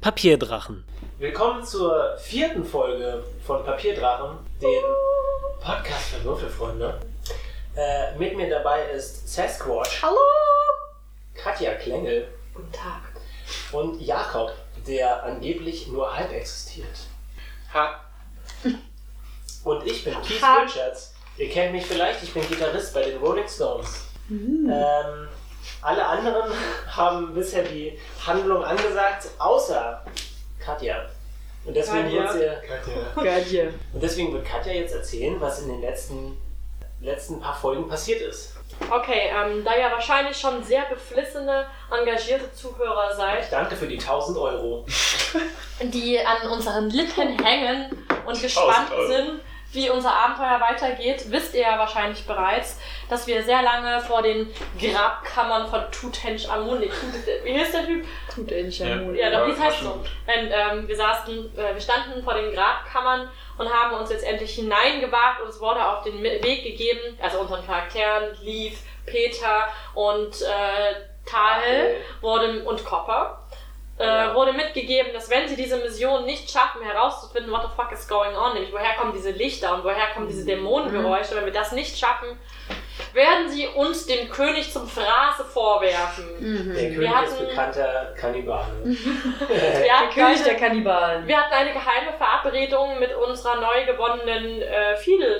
Papierdrachen. Willkommen zur vierten Folge von Papierdrachen, dem Podcast für Würfelfreunde. Äh, mit mir dabei ist Sasquatch. Hallo! Katja Klengel Guten Tag. und Jakob, der angeblich nur halb existiert. Ha, Und ich bin Keith Ha. Richards. Ihr kennt mich vielleicht, ich bin Gitarrist bei den Rolling Stones. Ähm, alle anderen haben bisher die Handlung angesagt, außer Katja. Und deswegen, Katja. wird sie, Gadje. und deswegen wird Katja jetzt erzählen, was in den letzten, letzten paar Folgen passiert ist. Okay, ähm, da ihr wahrscheinlich schon sehr beflissene, engagierte Zuhörer seid, Danke für die 1000 Euro. die an unseren Lippen hängen und gespannt Euro. sind, wie unser Abenteuer weitergeht, wisst ihr ja wahrscheinlich bereits, dass wir sehr lange vor den Grabkammern von Tutanchamun, nee, Tut- wie hieß der Typ? Tut in Schamul. Ja, doch, wie heißt schon so. gut. Und, ähm, wir saßen, äh, wir standen vor den Grabkammern und haben uns jetzt endlich hineingewagt und es wurde auf den Mi- Weg gegeben, also unseren Charakteren, Leaf, Peter und äh, Tahel wurde, und Copper. Äh, Ja. wurde mitgegeben, dass wenn sie diese Mission nicht schaffen, herauszufinden, what the fuck is going on, nämlich woher kommen diese Lichter und woher kommen Mhm. diese Dämonengeräusche, wenn wir das nicht schaffen, werden sie uns dem König zum Fraße vorwerfen. Der Mhm. König ist hatten- bekannter Kannibale. Wir Äh, Der hatten König eine- der Kannibalen. Wir hatten eine geheime Verabredung mit unserer neu gewonnenen äh,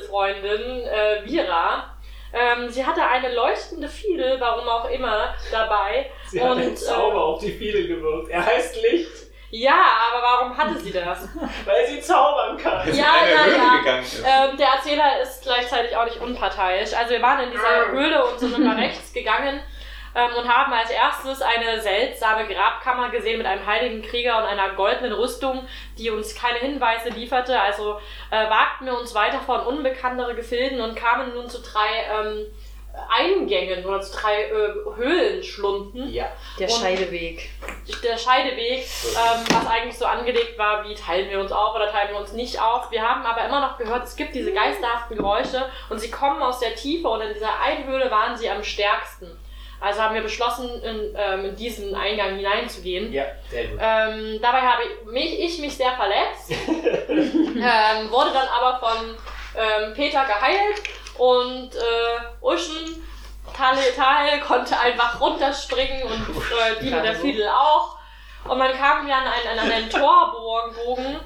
Fiedel-Freundin äh, Vira. Ähm, sie hatte eine leuchtende Fiedel, warum auch immer, dabei. Sie hat Und, äh, einen Zauber auf die Fiedel gewirkt. Er heißt Licht, Ja, aber warum hatte sie das? weil sie zaubern kann. ist Ja, in eine ja, Höhle ja. gegangen ist. Ähm, der Erzähler ist gleichzeitig auch nicht unparteiisch. Also wir waren in dieser Höhle und sind nach rechts gegangen ähm, und haben als erstes eine seltsame Grabkammer gesehen mit einem heiligen Krieger und einer goldenen Rüstung, die uns keine Hinweise lieferte. Also äh, wagten wir uns weiter von unbekanntere Gefilden und kamen nun zu drei ähm, Eingängen oder zu drei äh, Höhlenschlunden Ja. Der Und- Scheideweg. der Scheideweg, ähm, was eigentlich so angelegt war, wie teilen wir uns auf oder teilen wir uns nicht auf. Wir haben aber immer noch gehört, es gibt diese geisterhaften Geräusche und sie kommen aus der Tiefe und in dieser Einhöhle waren sie am stärksten. Also haben wir beschlossen, in, ähm, in diesen Eingang hineinzugehen. Ja, sehr gut. Ähm, dabei habe ich mich, ich mich sehr verletzt, ähm, wurde dann aber von ähm, Peter geheilt und äh, Uschen Tal Tal konnte einfach runterspringen und äh, die mit der Fiedel auch. Und man kam dann an, an einen Torbogen,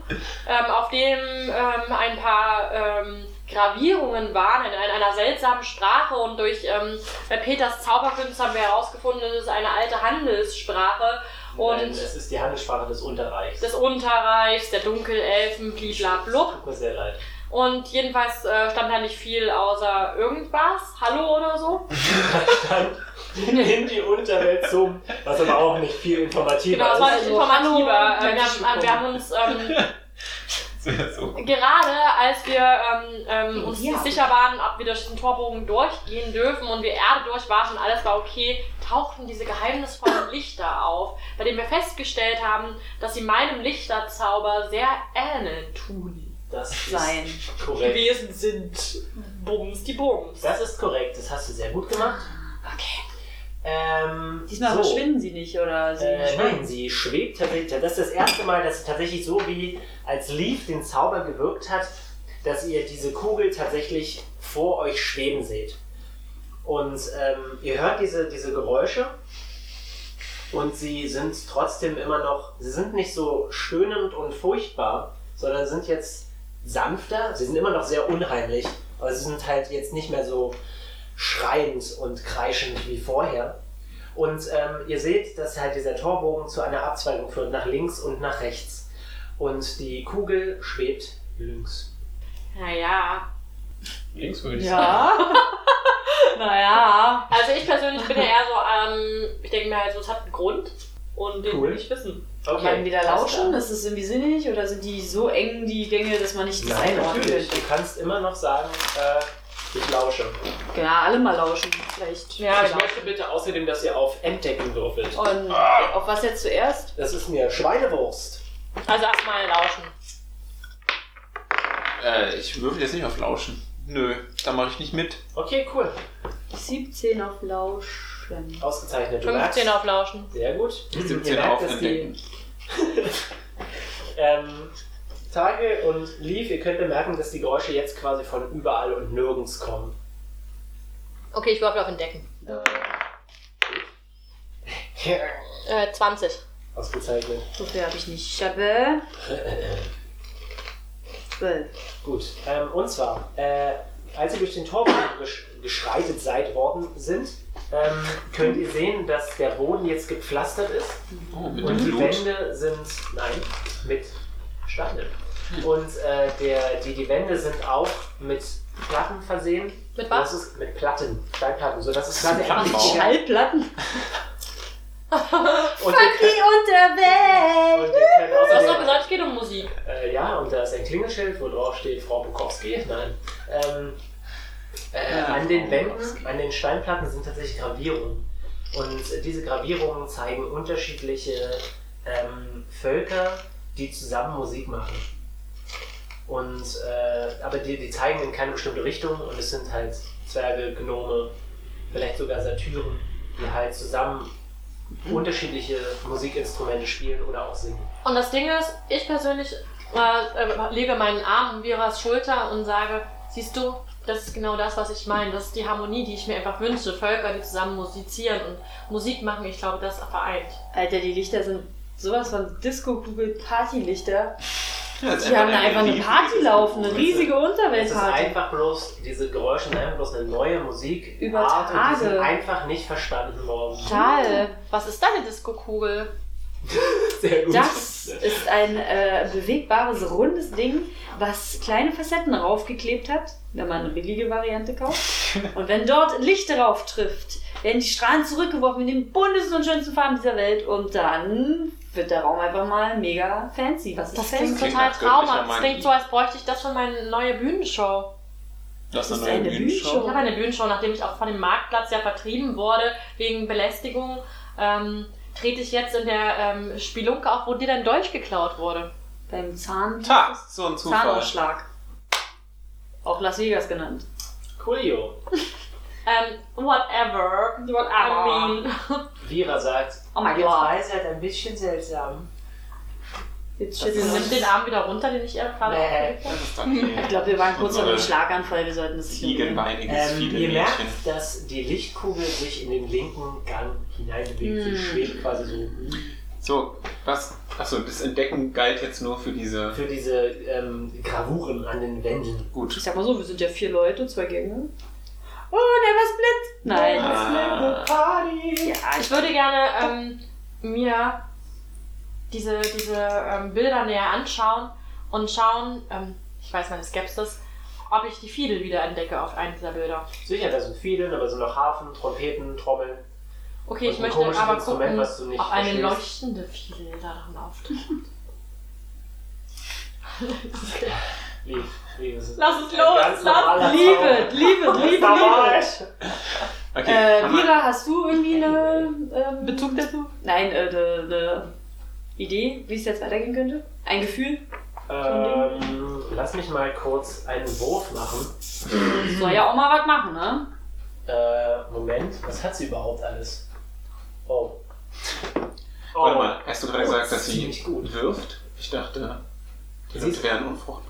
ähm, auf dem ähm, ein paar ähm, Gravierungen waren in, in einer seltsamen Sprache und durch ähm, Peters Zauberkünste haben wir herausgefunden, es ist eine alte Handelssprache Nein, und es ist die Handelssprache des Unterreichs. des Unterreichs, der Dunkelelfen, bliblablub. Tut mir sehr leid. Und jedenfalls äh, stand da nicht viel außer irgendwas, Hallo oder so. in die Unterwelt zum, was aber auch nicht viel Genau, informativer es war ist. nicht informativer. Hallo, Äh, wir, herzlich haben, wir haben uns ähm, Das wär so. gerade, als wir ähm, ähm, uns Ja. nicht sicher waren, ob wir durch den Torbogen durchgehen dürfen und wir Erde durch waren und alles war okay, tauchten diese geheimnisvollen Lichter auf, bei denen wir festgestellt haben, dass sie meinem Lichterzauber sehr ähneln tun. Das ist Sein. korrekt. Gewesen sind Bums die Bums. Das ist korrekt, das hast du sehr gut gemacht. Okay. Ähm, Diesmal so. verschwinden sie nicht, oder? Sie Äh, nein, schwimmen. sie schwebt tatsächlich. Das ist das erste Mal, dass sie tatsächlich so wie als Leaf den Zauber gewirkt hat, dass ihr diese Kugel tatsächlich vor euch schweben seht. Und ähm, ihr hört diese, diese Geräusche und sie sind trotzdem immer noch, sie sind nicht so stöhnend und furchtbar, sondern sind jetzt sanfter. Sie sind immer noch sehr unheimlich, aber sie sind halt jetzt nicht mehr so schreiend und kreischend wie vorher. Und ähm, ihr seht, dass halt dieser Torbogen zu einer Abzweigung führt, nach links und nach rechts. Und die Kugel schwebt links. Naja, Links würde ich sagen. Ja. naja. Also ich persönlich bin ja eher so, ähm, ich denke mir halt so, es hat einen Grund und den Cool. will ich wissen. Kann man wieder alles lauschen? klar. Ist es irgendwie sinnig? Oder sind die so eng, die Gänge, dass man nicht Nein, einordnen natürlich. Du könnte? kannst immer noch sagen, äh, ich lausche. Genau, alle mal lauschen. Vielleicht. Genau. Ja, ich möchte bitte außerdem, dass ihr auf Entdecken würfelt. Und auf was jetzt zuerst? Das ist mir Schweinewurst. Also erstmal lauschen. Äh, ich würfel jetzt nicht auf Lauschen. Nö, da mache ich nicht mit. Okay, cool. 17 auf Lauschen. Ausgezeichnet. Du 15 merkst- auf Lauschen. Sehr gut. Ihr 17 merkt, auf dass die- entdecken. ähm, Tage und Leaf, ihr könnt bemerken, dass die Geräusche jetzt quasi von überall und nirgends kommen. Okay, ich würfel auf Entdecken. Äh, 20. Ausgezeichnet. So viel habe ich nicht. Ich habe. Zwölf. Gut. Ähm, und zwar, äh, als ihr durch den Torbogen gesch geschreitet seid worden sind, ähm, könnt ihr sehen, dass der Boden jetzt gepflastert ist. Oh, mit Und dem die Blut. Wände sind, nein, mit Steinen. Und äh, der, die, die Wände sind auch mit Platten versehen. Mit was? Das ist, mit Platten, Steinplatten. So, das ist quasi Ach, ein die Schallplatten. Und ihr Die Unterwelt! könnt, und ihr könnt Du hast doch außerdem, gesagt, es geht um Musik. äh, ja, und da ist ein Klingelschild, wo drauf steht Frau Bukowski. Nein. Ähm, äh, Ja, an Frau den Wänden, Bukowski. an den Steinplatten sind tatsächlich Gravierungen. Und äh, diese Gravierungen zeigen unterschiedliche ähm, Völker, die zusammen Musik machen. Und äh, aber die, die zeigen in keine bestimmte Richtung und es sind halt Zwerge, Gnome, vielleicht sogar Satyren, die halt zusammen Mhm. unterschiedliche Musikinstrumente spielen oder auch singen. Und das Ding ist, ich persönlich äh, äh, lege meinen Arm um Veras Schulter und sage, siehst du, das ist genau das, was ich meine. Das ist die Harmonie, die ich mir einfach wünsche. Völker, die zusammen musizieren und Musik machen, ich glaube, das vereint. Alter, die Lichter sind sowas von Disco-Kugel-Partylichter. Ja, das ist Die haben da einfach eine riesige- Party laufen, eine riesige Es ist Unterweltparty. einfach bloß, diese Geräusche sind einfach bloß eine neue Musik. Über Art Und die sind Tage. einfach nicht verstanden worden. Total. Was ist deine Disco-Kugel? Sehr gut. Das ist ein äh, bewegbares, rundes Ding, was kleine Facetten raufgeklebt hat, wenn man eine billige Variante kauft. Und wenn dort Licht darauf trifft, werden die Strahlen zurückgeworfen in den buntesten und schönsten Farben dieser Welt und dann wird der Raum einfach mal mega fancy. Was ist Das fancy? klingt klingt total nach göttlicher traumhaft. Das klingt Magie. so, als bräuchte ich das für meine neue Bühnenshow. Das ist Das eine ist neue eine Bühnenshow. Ich habe eine Bühnenshow, nachdem ich auch von dem Marktplatz ja vertrieben wurde wegen Belästigung, ähm, trete ich jetzt in der ähm, Spielunke auf, wo dir dein Dolch geklaut wurde. Beim Zahn Ta, so ein Zufall. Zahnausschlag. Auch Las Vegas genannt. Coolio. Ähm, whatever. What I mean. Vira sagt, Oh mein ihr Gott. zwei seid ein bisschen seltsam. Jetzt Sie nimmt den Arm wieder runter, den ich ihr gerade Nee. aufgelegt Das habe. ist dann Ich glaube, wir waren kurz vor einem Unsere Schlaganfall. Wir sollten das nicht mehr- fliegenbeiniges Ähm, viele ihr merkt, Mädchen. dass die Lichtkugel sich in den linken Gang hineinbewegt. Sie Hm. schwebt quasi so So, was? Achso, das Entdecken galt jetzt nur für diese. für diese ähm, Gravuren an den Wänden. Gut. Ich sag mal so, wir sind ja vier Leute, zwei Gänge. Oh, never split! Nein. Ah. Party! Ja, Ich würde gerne ähm, mir diese, diese ähm, Bilder näher anschauen und schauen, ähm, ich weiß meine Skepsis, ob ich die Fiedel wieder entdecke auf einem dieser Bilder. Sicher, da sind viele, aber sind noch Harfen, Trompeten, Trommeln. Okay, Und ich ein möchte komisches aber Instrument, gucken, was du nicht ob eine verstehst. leuchtende Fiedel darin auftaucht. Lieb, lieb, es ist Lass es ein los, ganz lass- normaler Liebe, Zauber. liebe, liebe, Das ist liebe. normal. Okay. Äh, haben wir- Vira, hast du irgendwie eine ähm, Bezug dazu? Nein, äh, eine ne Idee, wie es jetzt weitergehen könnte? Ein Gefühl? Ähm, lass mich mal kurz einen Wurf machen. Soll ja auch mal was machen, ne? Äh, Moment, was hat sie überhaupt alles? Oh. oh. Warte mal, hast du gerade Oh, gesagt, dass sie ziemlich gut. wirft? Ich dachte, die Sie Leute ist- wären unfruchtbar.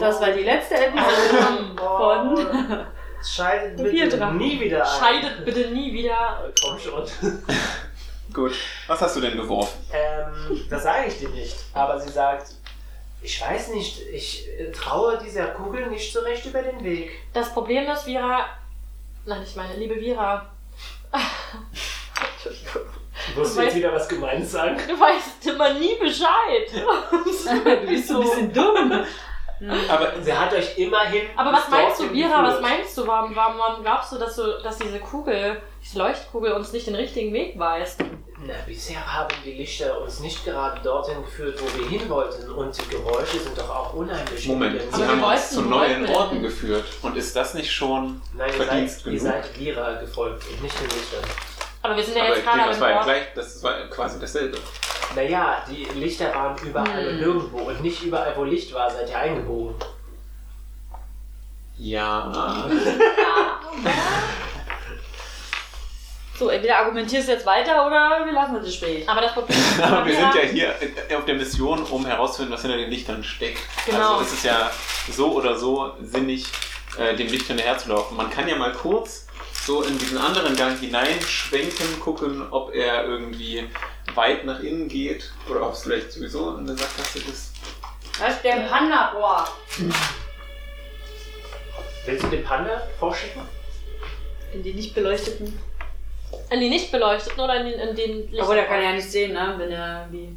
Das war die letzte Episode Hm. von. Oh. Scheidet Der bitte Bierdrache. nie wieder ein. Scheidet bitte nie wieder. Komm schon. Gut. Was hast du denn geworfen? Ähm, das sage ich dir nicht. Aber sie sagt, ich weiß nicht, ich äh, traue dieser Kugel nicht so recht über den Weg. Das Problem ist, Vira. Nein, ich meine, liebe Vira. Entschuldigung. Du musst Weil- jetzt wieder was gemeint sagen. Du weißt immer nie Bescheid. Du bist so ein bisschen dumm. Aber Sie hat euch immerhin. Aber was bis meinst du, dorthin Vira? Was geführt. meinst du? Warum, warum, warum glaubst du dass, du, dass diese Kugel, diese Leuchtkugel uns nicht den richtigen Weg weist? Na, bisher haben die Lichter uns nicht gerade dorthin geführt, wo wir hin wollten. Und die Geräusche sind doch auch unheimlich. Moment, Denn sie sie- wir haben uns wollten zu nur neuen Leute. Orten geführt. Und ist das nicht schon Nein, ihr Verdienst seid, ihr genug? seid Vira gefolgt und nicht den Lichtern. Aber wir sind ja Aber jetzt ich gerade denke, an das dem war ja Ort. gleich, das war quasi dasselbe. Naja, die Lichter waren überall und nirgendwo. Und nicht überall, wo Licht war, seid ihr eingebogen. Ja. So, entweder argumentierst du jetzt weiter oder wir lassen das Gespräch. Aber das Problem ist, Aber wir sind ja hier auf der Mission, um herauszufinden, was hinter den Lichtern steckt. Genau. Also es ist ja so oder so sinnig, äh, dem Licht hinterherzulaufen. Man kann ja mal kurz so in diesen anderen Gang hineinschwenken, gucken, ob er irgendwie weit nach innen geht oder ob es vielleicht sowieso in der Sackgasse ist. Das ist der Panda-Rohr. Willst du den Panda vorschicken? In die nicht beleuchteten. in die nicht beleuchteten oder in den, in den Licht. Obwohl, der kann ja nicht sehen, ne? Wenn er wie.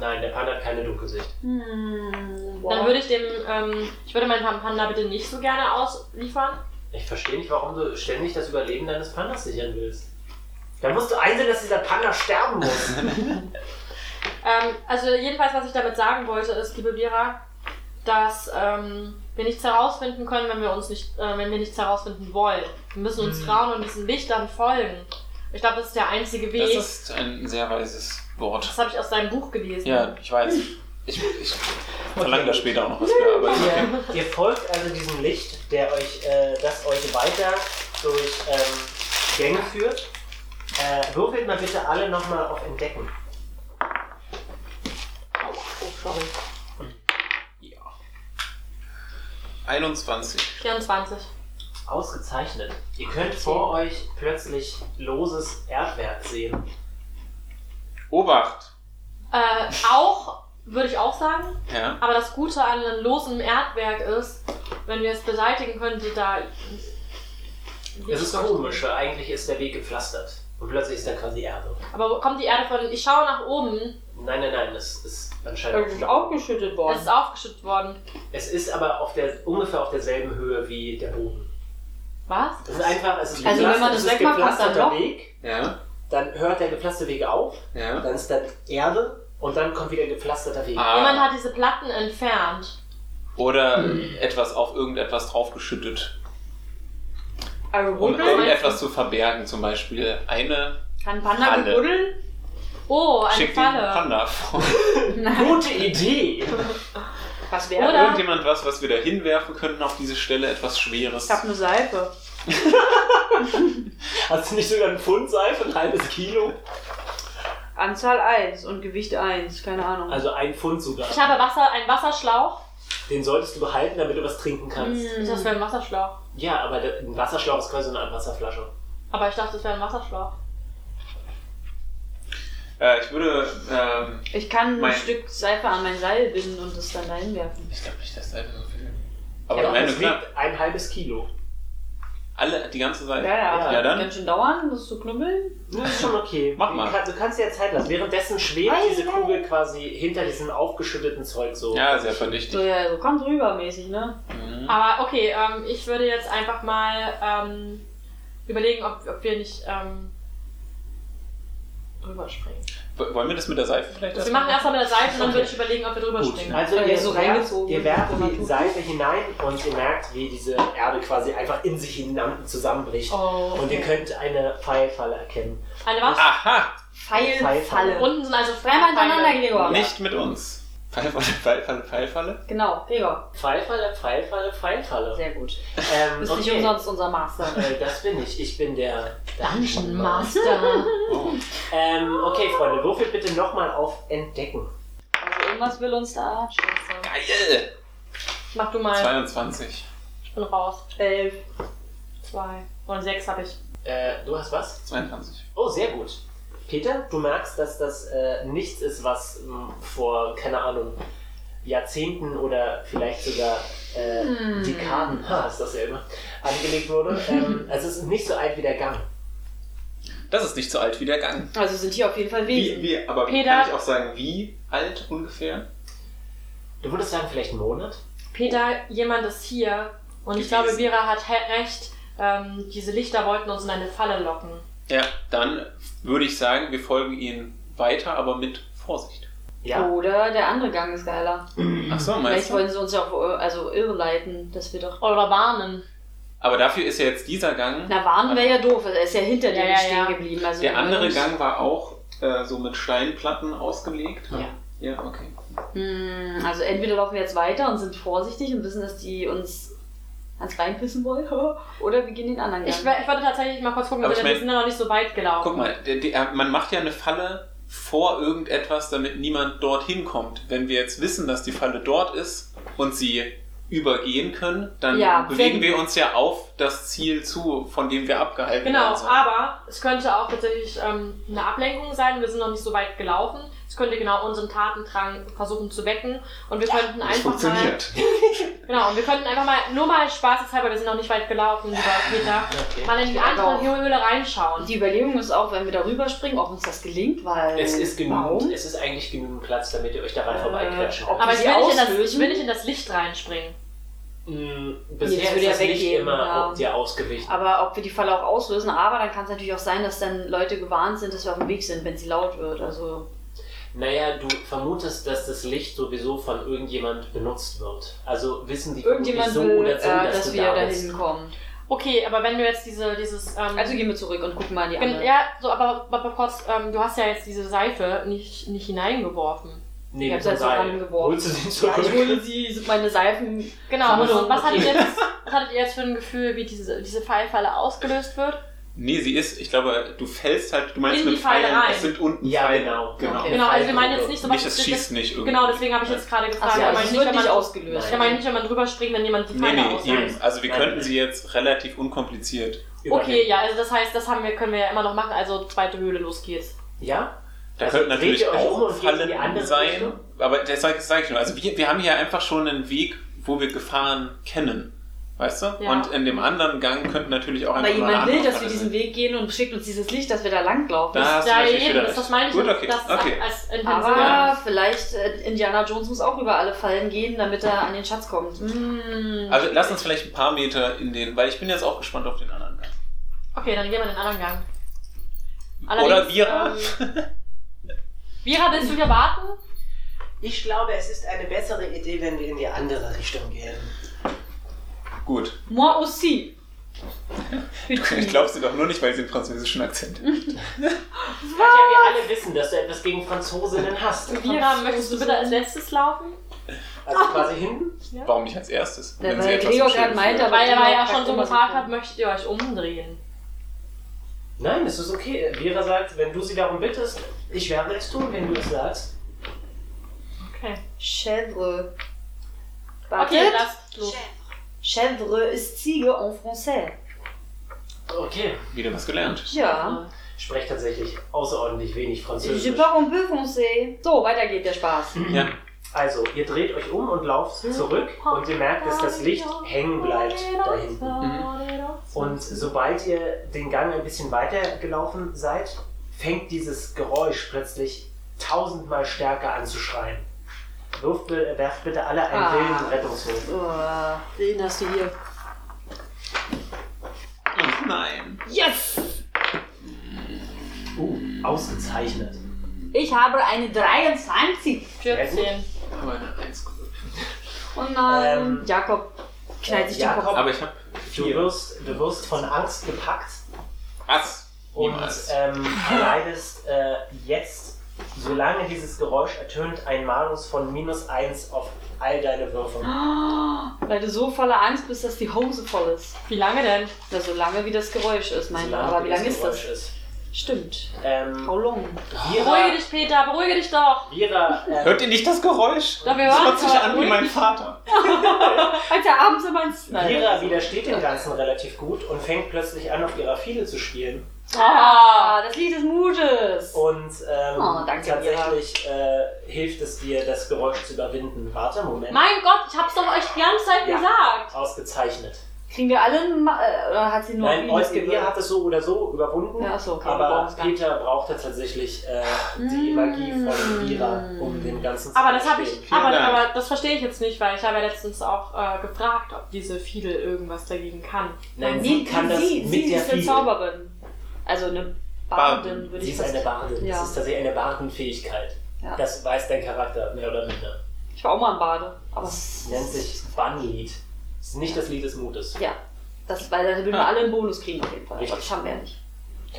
Nein, der Panda hat keine Dunkelsicht. Hm, Dann würde ich dem, ähm, ich würde meinen Panda bitte nicht so gerne ausliefern. Ich verstehe nicht, warum du ständig das Überleben deines Pandas sichern willst. Dann musst du einsehen, dass dieser Panda sterben muss. Ähm, also jedenfalls, was ich damit sagen wollte, ist, liebe Vira, dass ähm, wir nichts herausfinden können, wenn wir uns nicht, äh, wenn wir nichts herausfinden wollen. Wir müssen uns Mhm. trauen und diesen Lichtern folgen. Ich glaube, das ist der einzige Weg. Das Das, ist ein sehr weises Wort. habe ich aus seinem Buch gelesen. Ja, ich weiß. Ich, ich verlange da später auch noch was für, aber ist okay. ihr, ihr folgt also diesem Licht, der euch, äh, das euch weiter durch ähm, Gänge führt. Äh, würfelt mal bitte alle nochmal auf Entdecken. Oh, sorry. Ja. 21. 24. Ausgezeichnet. Ihr könnt vor euch plötzlich loses Erdwerk sehen. Obacht! Äh, auch, würde ich auch sagen, Ja. Aber das Gute an einem losen Erdwerk ist, wenn wir es beseitigen können, die da. Es ist komisch, weil eigentlich ist der Weg gepflastert. Und plötzlich ist da quasi Erde. Aber wo kommt die Erde von. Ich schaue nach oben, Nein, nein, nein, das ist anscheinend. Das ist aufgeschüttet worden. es ist aufgeschüttet worden. Es ist aber auf der, ungefähr auf derselben Höhe wie der Boden. Was? Es ist einfach, es ist Also wenn gepflastert- man das es ist wegmacht, kommt dann gepflasterter Loch? Weg, Ja. dann hört der gepflasterte Weg auf, Ja. dann ist da Erde und dann kommt wieder gepflasterter Weg. Jemand Ah. hat diese Platten entfernt. Oder etwas auf irgendetwas draufgeschüttet, also um buddeln? irgendetwas zu verbergen. Zum Beispiel eine Kann Panda Falle. gut buddeln? Oh, eine schickt den Falle. Panda vor. Nein. Gute Idee! Was wäre Oder- das? Irgendjemand was, was wir da hinwerfen könnten auf diese Stelle, etwas Schweres. Ich hab eine Seife. Hast du nicht sogar einen Pfund Seife, ein halbes Kilo? Anzahl 1 und Gewicht 1. Keine Ahnung. Also ein Pfund sogar. Ich habe Wasser, einen Wasserschlauch. Den solltest du behalten, damit du was trinken kannst. Mm. Ich dachte, es wäre ein Wasserschlauch. Ja, aber der- ein Wasserschlauch ist quasi so eine Art Wasserflasche. Aber ich dachte, es wäre ein Wasserschlauch. Äh, ich würde. Ähm, ich kann ein Mein- Stück Seife an mein Seil binden und es dann dahin werfen. ich glaube nicht, dass da so viel. Aber ja, ja, nein, das klar. wiegt ein halbes Kilo. Alle, die ganze Seite. ja. Äh, ja dann. Kann schon dauern, das zu knubbeln. Das ist schon okay. Mach mal. Du, kann, du kannst dir ja Zeit lassen. Währenddessen schwebt Ei, diese ei. Kugel quasi hinter diesem aufgeschütteten Zeug so. Ja, sehr So, verdächtig. ja, so kommt rüber mäßig, ne? Mhm. Aber okay, ähm, ich würde jetzt einfach mal ähm, überlegen, ob, ob wir nicht ähm, rüberspringen. W- Wollen wir das mit der Seife vielleicht Also Wir machen erst erstmal mit der Seite und dann Okay. würde ich überlegen, ob wir drüber Gut. springen. Also Ja, ihr, Genau. so werft, reingezogen. ihr werft die Temperatur. Seife hinein und ihr merkt, wie diese Erde quasi einfach in sich hinan- zusammenbricht. Oh, okay. Und ihr könnt eine Pfeilfalle erkennen. Eine was? Aha! Pfeilfalle. Pfeilfalle. Unten sind also Dreimal Fremdmiteinander. hintereinander, Gregor. Nicht mit uns. Pfeilfalle, Pfeilfalle, Pfeilfalle. Genau, Gregor. Pfeilfalle, Pfeilfalle, Pfeilfalle. Sehr gut. Du Ähm, bist nicht okay. umsonst unser Master. Äh, das bin ich. Ich bin der Dungeon Master. Oh. Ähm, okay, Freunde, würfelt bitte nochmal auf Entdecken. Also irgendwas will uns da. Scheiße. Geil! Mach du mal. 22. Ich bin raus. Elf. Zwei. Und sechs habe ich. Äh, du hast was? 22. Oh, sehr gut. Peter, du merkst, dass das äh, nichts ist, was mh, vor, keine Ahnung, Jahrzehnten oder vielleicht sogar äh, Hm. Dekaden, ha, ist dasselbe, angelegt wurde. ähm, also es ist nicht so alt wie der Gang. Das ist nicht so alt wie der Gang. Also sind hier auf jeden Fall Wie, Wesen. wie, aber wie Peter. kann ich auch sagen, wie alt ungefähr? Du würdest sagen, vielleicht einen Monat? Peter, jemand ist hier. Und ich Gewesen. glaube, Vera hat he- recht. Ähm, diese Lichter wollten uns in eine Falle locken. Ja, dann würde ich sagen, wir folgen ihnen weiter, aber mit Vorsicht. Ja. Oder der andere Gang ist geiler. Ach so, Vielleicht meinst du? wollen sie uns ja auch äh, also irreleiten, dass wir doch. Oder warnen. Aber dafür ist ja jetzt dieser Gang. Na, warnen wäre ja doof. Er ist ja hinter Ja, denen ja, stehen ja. geblieben. Also der wir andere können- Gang war auch äh, so mit Steinplatten ausgelegt. Ja. Ja, okay. Hm, also entweder laufen wir jetzt weiter und sind vorsichtig und wissen, dass die uns ans Bein pissen wollen. Oder wir gehen den anderen Ich, Gang. wär- ich wollte tatsächlich mal kurz gucken, Aber weil ich wir mein- sind ja noch nicht so weit gelaufen. Guck mal, der, der, man macht ja eine Falle vor irgendetwas, damit niemand dorthin kommt. Wenn wir jetzt wissen, dass die Falle dort ist und sie übergehen können, dann Ja, bewegen wenn- wir uns ja auf das Ziel zu, von dem wir abgehalten Genau, werden. sollen. aber es könnte auch tatsächlich ähm, eine Ablenkung sein. Wir sind noch nicht so weit gelaufen. Es könnte genau unseren Tatendrang versuchen zu wecken. Und wir könnten Das einfach mal. funktioniert. Genau, und wir könnten einfach mal, nur mal spaßeshalber, wir sind noch nicht weit gelaufen, lieber Peter, Okay. mal in die andere Höhle reinschauen. Und die Überlegung ist auch, wenn wir da rüberspringen, ob uns das gelingt, weil. Es ist genügend, Warum? Äh, es ist eigentlich genügend Platz, damit ihr euch daran vorbeiquetschen ob könnt. Aber die ich will, nicht in das, ich auslösen? will nicht in das Licht reinspringen. Mm, Jetzt Bisher würde ist er das nicht weggehen, immer ja. auf dir ausgewichen. Aber ob wir die Falle auch auslösen, aber dann kann es natürlich auch sein, dass dann Leute gewarnt sind, dass wir auf dem Weg sind, wenn sie laut wird. Also Naja, du vermutest, dass das Licht sowieso von irgendjemand benutzt wird. Also wissen die irgendjemand vermutlich will, so oder äh, so, dass, dass, du wir da da bist. hinkommen. Okay, aber wenn du jetzt diese, dieses. Ähm, Also gehen wir zurück und gucken mal die gen- anderen. ja, so, aber, aber kurz, ähm, du hast ja jetzt diese Seife nicht, nicht hineingeworfen. Nee, mit Ich hab's dem also Seil. rangeworfen. Holst du den Ja, ich hole zurück? sie, meine Seifen. Genau, und, Sammlung, und was, hattet ihr okay. jetzt, was hattet ihr jetzt für ein Gefühl, wie diese, diese Pfeilfalle ausgelöst wird? Nee, sie ist, ich glaube, du fällst halt, du meinst In die mit Pfeilen, Pfeile rein. es sind unten Ja, Pfeile. genau. genau. Okay. Genau, also wir meinen jetzt nicht so was. Nicht, es schießt nicht irgendwie. Genau, deswegen habe ich jetzt gerade gefragt. Ach ich ja, meine ich nicht, wird wenn nicht man, ausgelöst. ich meine nicht, wenn man drüber springt, wenn jemand die Nee, Pfeile nee, eben. auslöst. Also wir Nein. könnten sie jetzt relativ unkompliziert. Okay, Übernehmen. ja, also das heißt, das haben wir, können wir ja immer noch machen. Also zweite Höhle, los geht's. Ja? Da Also könnten dreht natürlich ihr euch um auch und geht in die Fallen andere sein. Richtung? Aber das sage sag ich nur. Also wir, wir haben hier einfach schon einen Weg, wo wir Gefahren kennen. Weißt du? Ja. Und in dem anderen Gang könnten natürlich auch Aber einfach mal jemand will, andere dass wir Falle diesen sein. Weg gehen und schickt uns dieses Licht, dass wir da langlaufen. Da hast du ja, natürlich eben, wieder das, recht. das meine ich. Gut, jetzt, okay. dass es okay. als, als Aber aber vielleicht äh, Indiana Jones muss auch über alle Fallen gehen, damit er an den Schatz kommt. Hm. Also lass uns vielleicht ein paar Meter in den, weil ich bin jetzt auch gespannt auf den anderen Gang. Okay, dann gehen wir in den anderen Gang. Oder Vira. Ähm, Vira, willst du hier warten? Ich glaube, es ist eine bessere Idee, wenn wir in die andere Richtung gehen. Gut. Moi aussi. Ich glaube sie doch nur nicht, weil sie einen französischen Akzent hat. Ja, wir alle wissen, dass du etwas gegen Franzosinnen hast. Vira, möchtest du bitte als letztes laufen? Also quasi hinten. Warum nicht als erstes? Ja, wenn weil sie etwas Gregor so schön gerade meinte, fühlt? Weil er war Vira ja fragt schon so immer so gefragt gut. hat, möchtet ihr euch umdrehen? Nein, das ist okay. Vera sagt, wenn du sie darum bittest, ich werde es tun, wenn du es sagst. Okay. Chèvre. Okay, Wartet. lasst los. Chèvre ist Ziege en français. Okay. Wieder was gelernt. Ja. Ich spreche tatsächlich außerordentlich wenig Je Französisch. parle un peu français. So, weiter geht der Spaß. Ja. Also, ihr dreht euch um und lauft zurück und ihr merkt, dass das Licht hängen bleibt da hinten. Und sobald ihr den Gang ein bisschen weiter gelaufen seid, fängt dieses Geräusch plötzlich tausendmal stärker an zu schreien. Wirft, bi- werft bitte alle einen Ah. wilden Rettungswurf. Oh, den hast du hier. Ach nein. Yes! Uh, ausgezeichnet. Ich habe eine 23. 14. Aber eine Eins gewürfelt. Und dann Ähm, Jakob knallt äh, sich den Jakob- Kopf. Aber ich habe Du wirst, du wirst von Angst gepackt Hass. und Niemals. ähm, erleidest äh, jetzt, solange dieses Geräusch ertönt, ein Malus von minus 1 auf all deine Würfe. Weil du so voller Angst bist, dass die Hose voll ist. Wie lange denn? Na, so lange wie das Geräusch ist, mein solange Aber wie lange dieses ist Geräusch das? Stimmt. Ähm, How long? Vira, Beruhige dich, Peter, beruhige dich doch. Vira, äh, Hört ihr nicht das Geräusch? Doch, wir Das hören hört sich es, an aber wie mein ruhig. Vater. Heute abends immer ins Vira widersteht dem Ganzen relativ gut und fängt plötzlich an, auf ihrer Fiele zu spielen. Ah, das Lied des Mutes. Und ähm, Oh, danke, tatsächlich äh, hilft es dir, das Geräusch zu überwinden. Warte, Moment. Mein Gott, ich hab's doch euch die ganze Zeit Ja. gesagt. Ausgezeichnet. Kriegen wir alle einen Ma äh, oder hat sie nur Nein, auf ihn das Eugen, ihr habt es so oder so überwunden. Ja, ach so, okay, wir brauchen aber es gar nicht. Peter braucht ja tatsächlich äh, die Mm. Magie von Vira, um den ganzen zu Aber das habe ich, überstehen. Vielen aber, Dank. aber das verstehe ich jetzt nicht, weil ich habe ja letztens auch äh, gefragt, ob diese Fiedel irgendwas dagegen kann. Nein, Nee, sie kann das sie, mit sie der ist eine Fiele. Zauberin. Also eine Bardin, Bardin. würde Sie ich ist eine sagen. Bardin. Ja. Das ist tatsächlich eine Bardenfähigkeit. Ja. Das weiß dein Charakter, mehr oder minder. Ich war auch mal im Bade. Aber Das nennt sich Bannlied. Das ist nicht das Lied des Mutes. ja, das, weil dann würden wir Ah. alle einen Bonus kriegen auf jeden Fall. Aber Richtig. das haben wir ja nicht.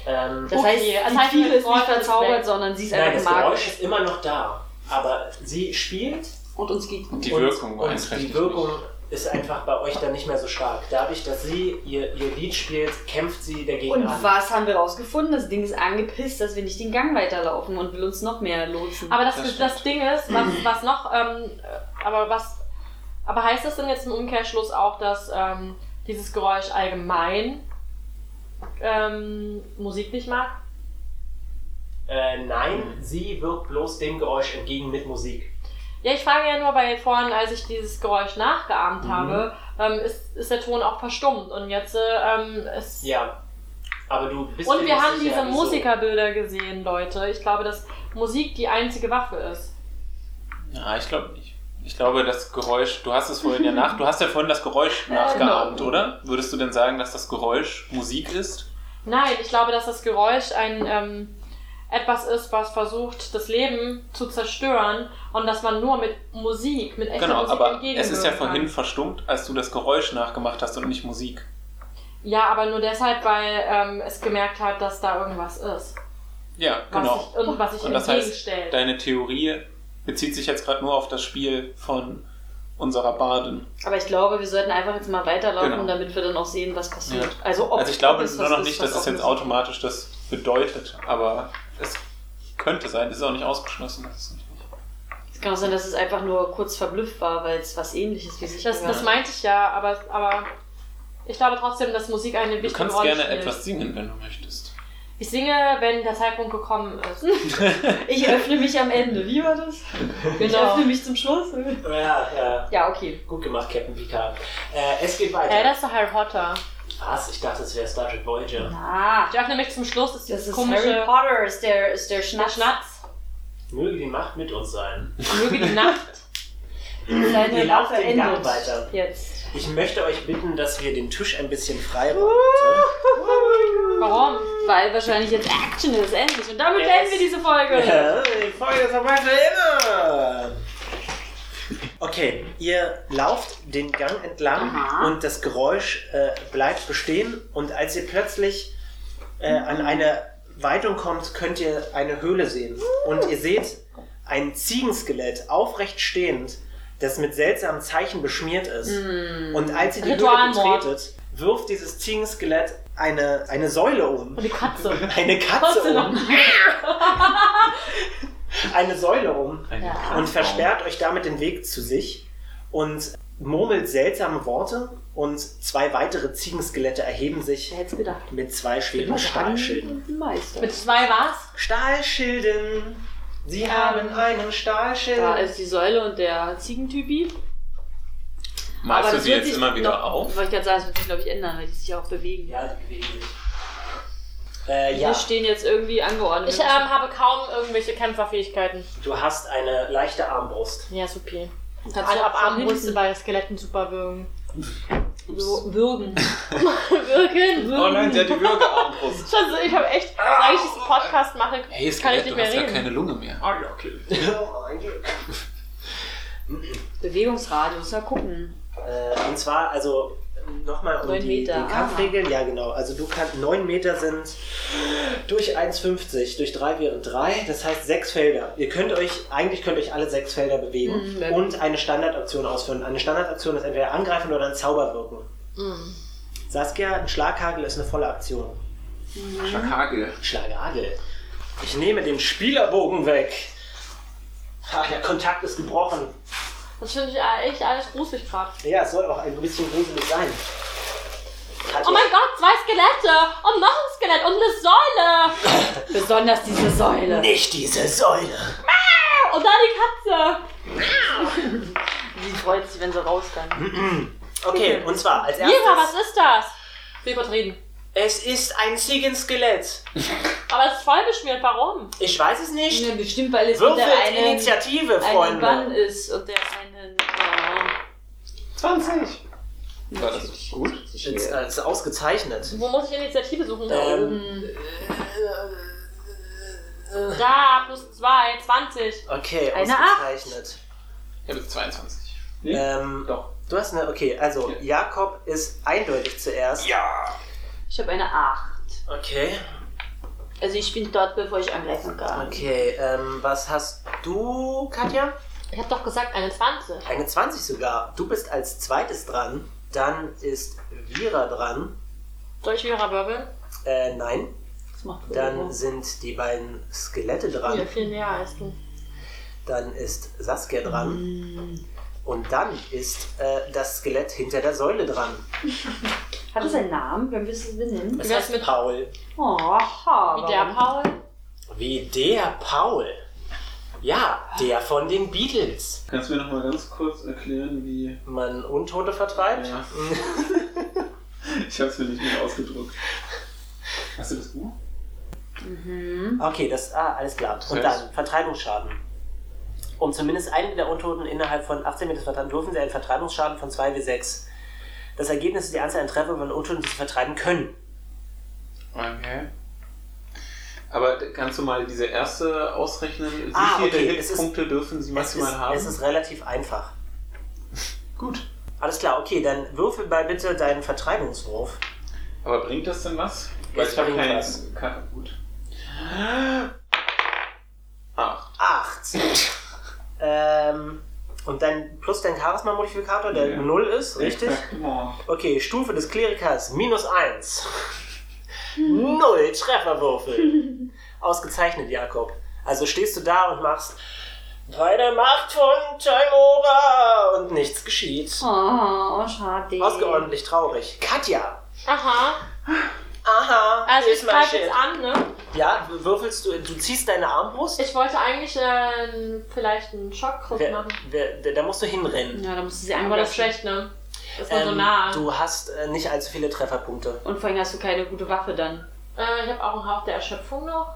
Ähm, Das Okay, heißt, das die heißt, Fiele das ist nicht Wort ist weg. verzaubert, sondern sie ist halt nein, das einfach magisch. Geräusch ist immer noch da. Aber sie spielt Und uns geht Und die und, Wirkung und die beeinträchtigt Wirkung ist einfach bei euch dann nicht mehr so stark. Dadurch, dass sie ihr, ihr Lied spielt, kämpft sie dagegen Und an. was haben wir rausgefunden? Das Ding ist angepisst, dass wir nicht den Gang weiterlaufen und will uns noch mehr lotsen. Aber das, Das das, stimmt. Ding ist, was, was noch, ähm, äh, aber was, aber heißt das denn jetzt im Umkehrschluss auch, dass ähm, dieses Geräusch allgemein ähm, Musik nicht mag? Äh, nein, sie wirkt bloß dem Geräusch entgegen mit Musik. Ja, ich frage ja nur, weil vorhin, als ich dieses Geräusch nachgeahmt Mhm. habe, ähm, ist, ist der Ton auch verstummt und jetzt äh, ähm, ist. Ja. Aber du bist Und dir wir nicht haben sicher, diese wieso. Musikerbilder gesehen, Leute. Ich glaube, dass Musik die einzige Waffe ist. Ja, ich glaube nicht. Ich glaube, das Geräusch, du hast es vorhin ja nach, du hast ja vorhin das Geräusch nachgeahmt, oder? Würdest du denn sagen, dass das Geräusch Musik ist? Nein, ich glaube, dass das Geräusch ein ähm, etwas ist, was versucht, das Leben zu zerstören und dass man nur mit Musik, mit echter genau, Musik aber es entgegenwirken ist ja vorhin kann. verstummt, als du das Geräusch nachgemacht hast und nicht Musik. Ja, aber nur deshalb, weil ähm, es gemerkt hat, dass da irgendwas ist. Ja, Was genau. sich, und was sich Und das heißt, entgegenstellt. deine Theorie bezieht sich jetzt gerade nur auf das Spiel von unserer Badin. Aber ich glaube, wir sollten einfach jetzt mal weiterlaufen, Genau. damit wir dann auch sehen, was passiert. Ja. Also, ob also ich glaube ob es nur was noch ist, nicht, was dass es offen jetzt ist. automatisch das bedeutet, aber es könnte sein. Es ist auch nicht ausgeschlossen. dass es nicht- Es kann auch sein, dass es einfach nur kurz verblüfft war, weil es was ähnliches wie sich das, gehört. das meinte ich ja, aber, aber ich glaube trotzdem, dass Musik eine wichtige Du kannst Rolle gerne spielt. etwas singen, wenn du möchtest. Ich singe, wenn der Zeitpunkt gekommen ist. Ich öffne mich am Ende. Wie war das? Ich Genau. öffne mich zum Schluss. Ja, ja. Ja, okay. Gut gemacht, Captain Picard. Äh, es geht weiter. Äh, das ist doch Harry Potter. Was? Ich dachte, es wäre Star Trek Voyager. Ah, Ich öffne mich zum Schluss, ist das dieses ist Harry komische Potter, ist der, ist der Schnaps. Schnatz. Möge die Macht mit uns sein. Möge die Nacht Seine Ihr lauft Laufe den Gang endet weiter. jetzt. Ich möchte euch bitten, dass wir den Tisch ein bisschen freiräumen. bitte. Warum? Weil wahrscheinlich jetzt Action ist endlich. Und damit Yes. beenden wir diese Folge. Ja, die Folge ist vorbei für immer. Okay, ihr lauft den Gang entlang Aha. und das Geräusch äh, bleibt bestehen. Und als ihr plötzlich äh, an eine Weitung kommt, könnt ihr eine Höhle sehen. Und ihr seht ein Ziegenskelett aufrecht stehend, das mit seltsamen Zeichen beschmiert ist. Hm. Und als ihr die Höhle Ritualmord. betretet, wirft dieses Ziegenskelett eine, eine Säule um. Und die Katze. Eine Katze Trotzdem um. Eine Säule um und versperrt euch damit den Weg zu sich und murmelt seltsame Worte und zwei weitere Ziegenskelette erheben sich Wer hätte es gedacht? mit zwei schweren Stahlschilden. Meister. Mit zwei was? Stahlschilden! Sie haben einen Stahlschild. Da ist die Säule und der Ziegentypi. Malst Aber du das sie wird jetzt sich immer wieder noch, auf? Wollte ich gerade sagen, das wird sich, glaube ich, ändern, weil die sich ja auch bewegen. ja, die bewegen sich. Äh, Wir ja, stehen jetzt irgendwie angeordnet. Ich ähm, habe kaum irgendwelche Kämpferfähigkeiten. du hast eine leichte Armbrust. Ja, supi. Kannst Alle du ab auch von Armbrüste hinten- bei Skeletten super wirken. so würgen. Wirken? Oh nein, sie hat die Würgearmbrust. Schon so, ich habe echt, seit ich diesen Podcast mache, Hey, es kann ich nicht geht, du mehr hast ja reden. keine Lunge mehr. Ah, ja, okay. Bewegungsradius, mal gucken. Äh, und zwar, also nochmal um Neun die, Meter, ah. die Kampfregeln. Ja, genau. Also du kannst 9 Meter sind durch 1,50, durch 3 wären 3, das heißt 6 Felder. Ihr könnt euch, eigentlich könnt euch alle 6 Felder bewegen Mhm. und eine Standardaktion ausführen. Eine Standardaktion ist entweder angreifen oder ein Zauber wirken. Mhm. Saskia, ein Schlaghagel ist eine volle Aktion. mhm. Schakagel. Schlaghagel. Ich nehme den Spielerbogen weg. Ha, der Kontakt ist gebrochen. Das finde ich echt alles gruselig gerade. Ja, es soll auch ein bisschen gruselig sein. Oh mein Gott, zwei Skelette! Und noch ein Skelett und eine Säule! Besonders diese Säule. Nicht diese Säule! Und da die Katze! Die freut sich, wenn sie raus kann. Okay, und zwar als erstes. Mira, Mhm. was ist das? Will Gott reden. Es ist ein Ziegenskelett. Aber es ist voll beschmiert, warum? Ich weiß es nicht. Bestimmt, weil es Würfelt wieder einen, Initiative, einen Bann Freunde. ist und der einen... Äh, 20. War das gut? Ist, äh, ist ausgezeichnet. Wo muss ich Initiative suchen? Da oben. Ähm, Da, plus 2, 20. okay, Eine ausgezeichnet. Ich habe jetzt 22. Ähm, Doch. du hast eine. Okay, also Jakob ist eindeutig zuerst. Ja. ich habe eine 8. Okay. Also ich bin dort, bevor ich angreifen kann. Okay, ähm, was hast du, Katja? Ich habe doch gesagt 21. Eine 20 sogar. Du bist als zweites dran. Dann ist Vira dran. Soll ich wieder wirbeln? Äh, nein. Das macht Dann sind die beiden Skelette Hier, dran. viel näher als du. Dann ist Saskia dran. Und dann ist äh, das Skelett hinter der Säule dran. Hat es einen Namen, wenn wir es benennen? Es Wär's heißt mit- Paul. Oh, ha, Mit der warum? Paul. Wie der Paul. Ja, der von den Beatles. Kannst du mir nochmal ganz kurz erklären, wie. Man Untote vertreibt. Mhm. Ja. ich hab's mir nicht mehr ausgedruckt. Hast du das Buch? Okay, das, ah, alles klar. Und heißt- dann Vertreibungsschaden. Um zumindest einen der Untoten innerhalb von 18 Metern zu vertreiben, dürfen sie einen Vertreibungsschaden von 2 bis 6. Das Ergebnis ist die Anzahl an Treffer von Untoten, die sie vertreiben können. Okay. Aber kannst du mal diese erste ausrechnen? Wie Ah, viele okay, es ist- Hitpunkte dürfen sie maximal es ist, haben? Es ist relativ einfach. gut. Alles klar, okay, dann würfel mal bitte deinen Vertreibungswurf. Aber bringt das denn was? Weil Es ich habe bringt keinen. was. Kein, gut. Ach, 8. ähm, und dann plus dein Charisma-Modifikator, der Ja. 0 ist, richtig? Oh. Okay, Stufe des Klerikers minus 1. Null Trefferwürfel. Ausgezeichnet, Jakob. Also stehst du da und machst bei der Macht von Taimora und nichts geschieht. Oh, schade. Ausgeordentlich traurig. Katja. Aha. Aha. Also ich ist mein greife Schild. jetzt an, ne? Ja, würfelst du, du ziehst deine Armbrust. Ich wollte eigentlich äh, vielleicht einen Schockgriff Wer- machen. wer- wer- da musst du hinrennen. Ähm, Ja, da musste sie Aber das ist einwerfen. schlecht, ne? Ist man so nah. Du hast äh, nicht allzu viele Trefferpunkte. Und vor allem hast du keine gute Waffe dann. Äh, ich habe auch einen Hauch der Erschöpfung noch.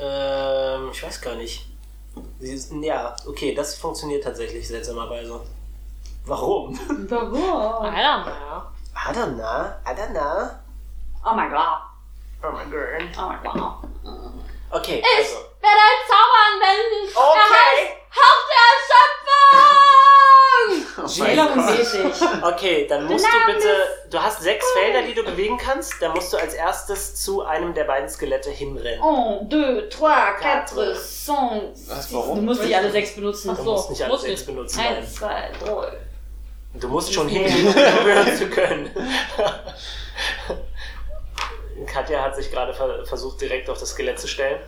Ähm, ich weiß gar nicht. Sie ist- Ja, okay, das funktioniert tatsächlich seltsamerweise. Warum? Warum? Alter, Adana, Adana. Oh mein Gott. Oh mein Gott. Oh mein Gott. Okay, Ich also. werde einen Zauber anwenden. Oh. Er heißt Okay. Hauch der Erschöpfung! Schillerungsmäßig. Okay, dann musst Namen du bitte. Du hast sechs Felder, die du bewegen kannst. Dann musst du als erstes zu einem der beiden Skelette hinrennen. Oh. Un, deux, trois, quatre, cinq. Was, warum? Du musst nicht alle sechs benutzen. Du so, musst nicht alle muss sechs nicht. benutzen. Eins, Nein. zwei, drei. Du musst schon hingehen, um hören zu können. Katja hat sich gerade ver versucht, direkt auf das Skelett zu stellen.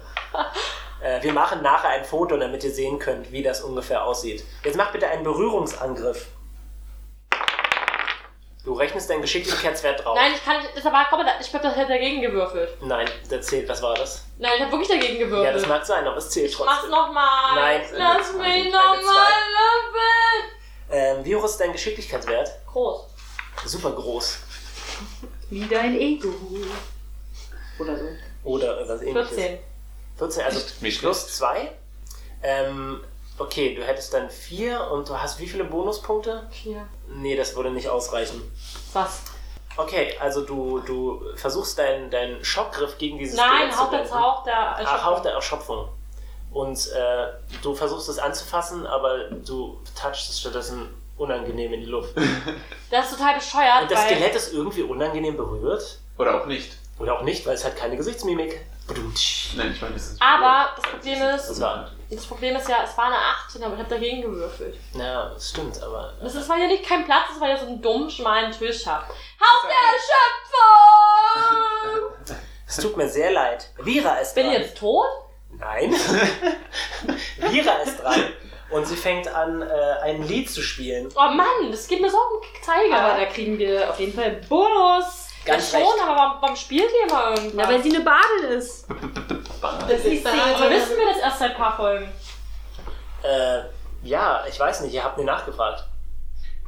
Äh, wir machen nachher ein Foto, damit ihr sehen könnt, wie das ungefähr aussieht. Jetzt mach bitte einen Berührungsangriff. Du rechnest deinen Geschicklichkeitswert drauf. Nein, ich kann nicht. Das war komplett. Ich glaube, das hätte dagegen gewürfelt. Nein, der zählt. Was war das? Nein, ich habe wirklich dagegen Ja, gewürfelt. das mag sein, aber es zählt Mach's trotzdem. nochmal. Nein. also Lass Eine mich zwei. nochmal Eine zwei. würfeln. Ähm, wie hoch ist dein Geschicklichkeitswert? Groß. Super groß. Wie dein Ego. Oder so. Oder was ähnliches. 14. 14, also Nicht plus 2. Ähm, okay, du hättest dann 4 und du hast wie viele Bonuspunkte? Vier. Nee, das würde nicht ausreichen. Was? Okay, also du, du versuchst deinen deinen Schockgriff gegen dieses Nein, Skelett Hauch der wenden. Zauch der Ah, Hauch der Erschöpfung. Und äh, du versuchst es anzufassen, aber du touchst es stattdessen unangenehm in die Luft. Und Das ist total bescheuert, das weil. Skelett ist irgendwie unangenehm berührt. Oder auch nicht. Oder auch nicht, weil es hat keine Gesichtsmimik. Badumtsch. Nein, ich meine, das ist. Aber das Problem ist, Das war. das Problem ist ja, es war eine 18, aber ich habe dagegen gewürfelt. Na, das stimmt, aber. Das ist, weil ja nicht kein Platz ist, weil ihr so einen dummen, schmalen Tisch habt. Hauch der Erschöpfung! Es tut mir sehr leid. Vira ist Bin dran. ich jetzt tot? Nein. Vira ist dran. Und sie fängt an, äh, ein Lied zu spielen. Oh Mann, das geht mir so auf den Zeiger. Aber da kriegen wir auf jeden Fall Bonus. Ganz ja, schon, recht. aber warum, warum spielt ihr immer irgendwas? Na, weil sie eine Badel ist. Das ist aber wissen wir das erst seit ein paar Folgen. Äh, ja, ich weiß nicht, ihr habt mir nachgefragt.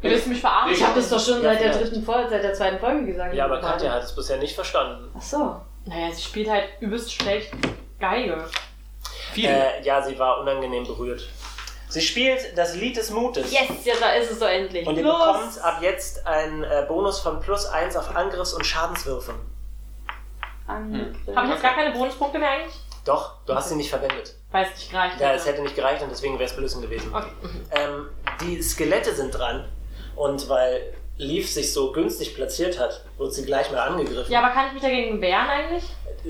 Ihr willst mich verarschen. Ich habe das doch schon Ja, seit der vielleicht. dritten Folge, seit der zweiten Folge gesagt. Ja, aber Katja hat es bisher nicht verstanden. Ach so. Naja, sie spielt halt übelst schlecht Geige. Viele. Äh, ja, sie war unangenehm berührt. Sie spielt das Lied des Mutes. Yes, ja, da ist es so endlich. Und ihr Los. bekommt ab jetzt einen äh, Bonus von plus 1 auf Angriffs- und Schadenswürfen. Angriff. Habe ich jetzt gar keine Bonuspunkte mehr eigentlich? Doch, du hast sie nicht verwendet. Weil es nicht gereicht Ja, hätte. es hätte nicht gereicht und deswegen wäre es blödsinn gewesen. Okay. Ähm, die Skelette sind dran und weil Leaf sich so günstig platziert hat, wird sie gleich mal angegriffen. Ja, aber kann ich mich dagegen wehren eigentlich?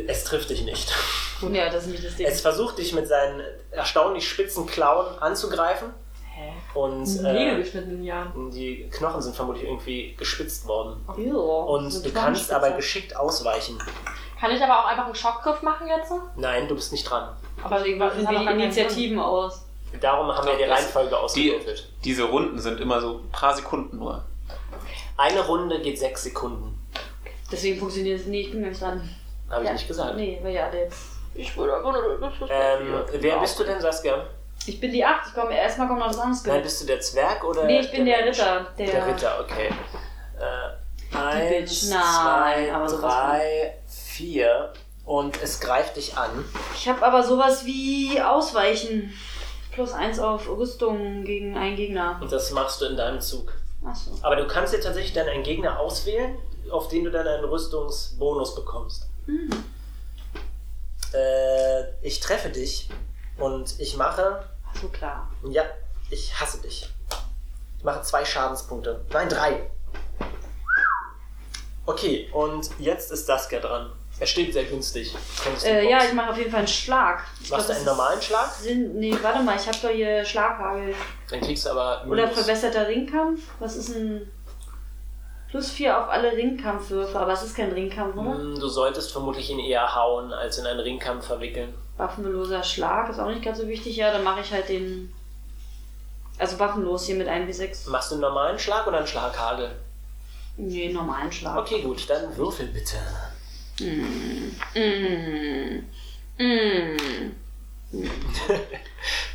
Es trifft dich nicht. Gut, ja, das ist nicht das Ding. Es versucht dich mit seinen erstaunlich spitzen Klauen anzugreifen Hä? und Nägel äh, geschnitten, ja. die Knochen sind vermutlich irgendwie gespitzt worden. Ja, Oh, so Und du kleine kannst Spitze. aber geschickt ausweichen. Kann ich aber auch einfach einen Schockgriff machen jetzt? Nein, du bist nicht dran. Aber wie machen Das hat wir doch gar die keinen Initiativen aus? Darum haben wir die Das- Reihenfolge Die, ausgewürfelt. diese Runden sind immer so ein paar Sekunden nur. Eine Runde geht sechs Sekunden. Deswegen funktioniert es nicht, ich bin gar nicht dran. Habe ich Ja. nicht gesagt. Nee, weil ja, jetzt. Ich würde einfach nur. das ist- Ähm, wer bist du denn, Saskia? Ich bin die 8, ich komme erstmal kommt noch was anderes Nein, gehört. bist du der Zwerg oder? Nee, ich bin der Mensch? Ritter. Der, Der Ritter, okay. Äh, eins, Bitch, nein, zwei, aber sowas drei, vier. Und es greift dich an. Ich habe aber sowas wie Ausweichen. Plus 1 auf Rüstung gegen einen Gegner. Und das machst du in deinem Zug. Achso. Aber du kannst dir tatsächlich dann einen Gegner auswählen, auf den du dann einen Rüstungsbonus bekommst. Hm. Äh, ich treffe dich und ich mache. Achso, klar. Ja, ich hasse dich. Ich mache zwei Schadenspunkte. Nein, drei. Okay, und jetzt ist Saskia dran. Er steht sehr günstig. Kommst du Äh, ja, raus? ich mache auf jeden Fall einen Schlag. Ich glaub, Machst du das einen ist normalen Schlag? Sinn, nee, warte mal, ich habe doch hier Schlaghagel. Dann kriegst du aber Oder minus. verbesserter Ringkampf. Was ist ein. Plus 4 auf alle Ringkampfwürfe, aber es ist kein Ringkampf, oder? Hm, Du solltest vermutlich ihn eher hauen, als in einen Ringkampf verwickeln. Waffenloser Schlag ist auch nicht ganz so wichtig. Ja, dann mache ich halt den. Also waffenlos hier mit 1w6. Machst du einen normalen Schlag oder einen Schlaghagel? Nee, normalen Schlag. Mhm. Okay, gut, dann würfel bitte. Hm. Mm. Mm.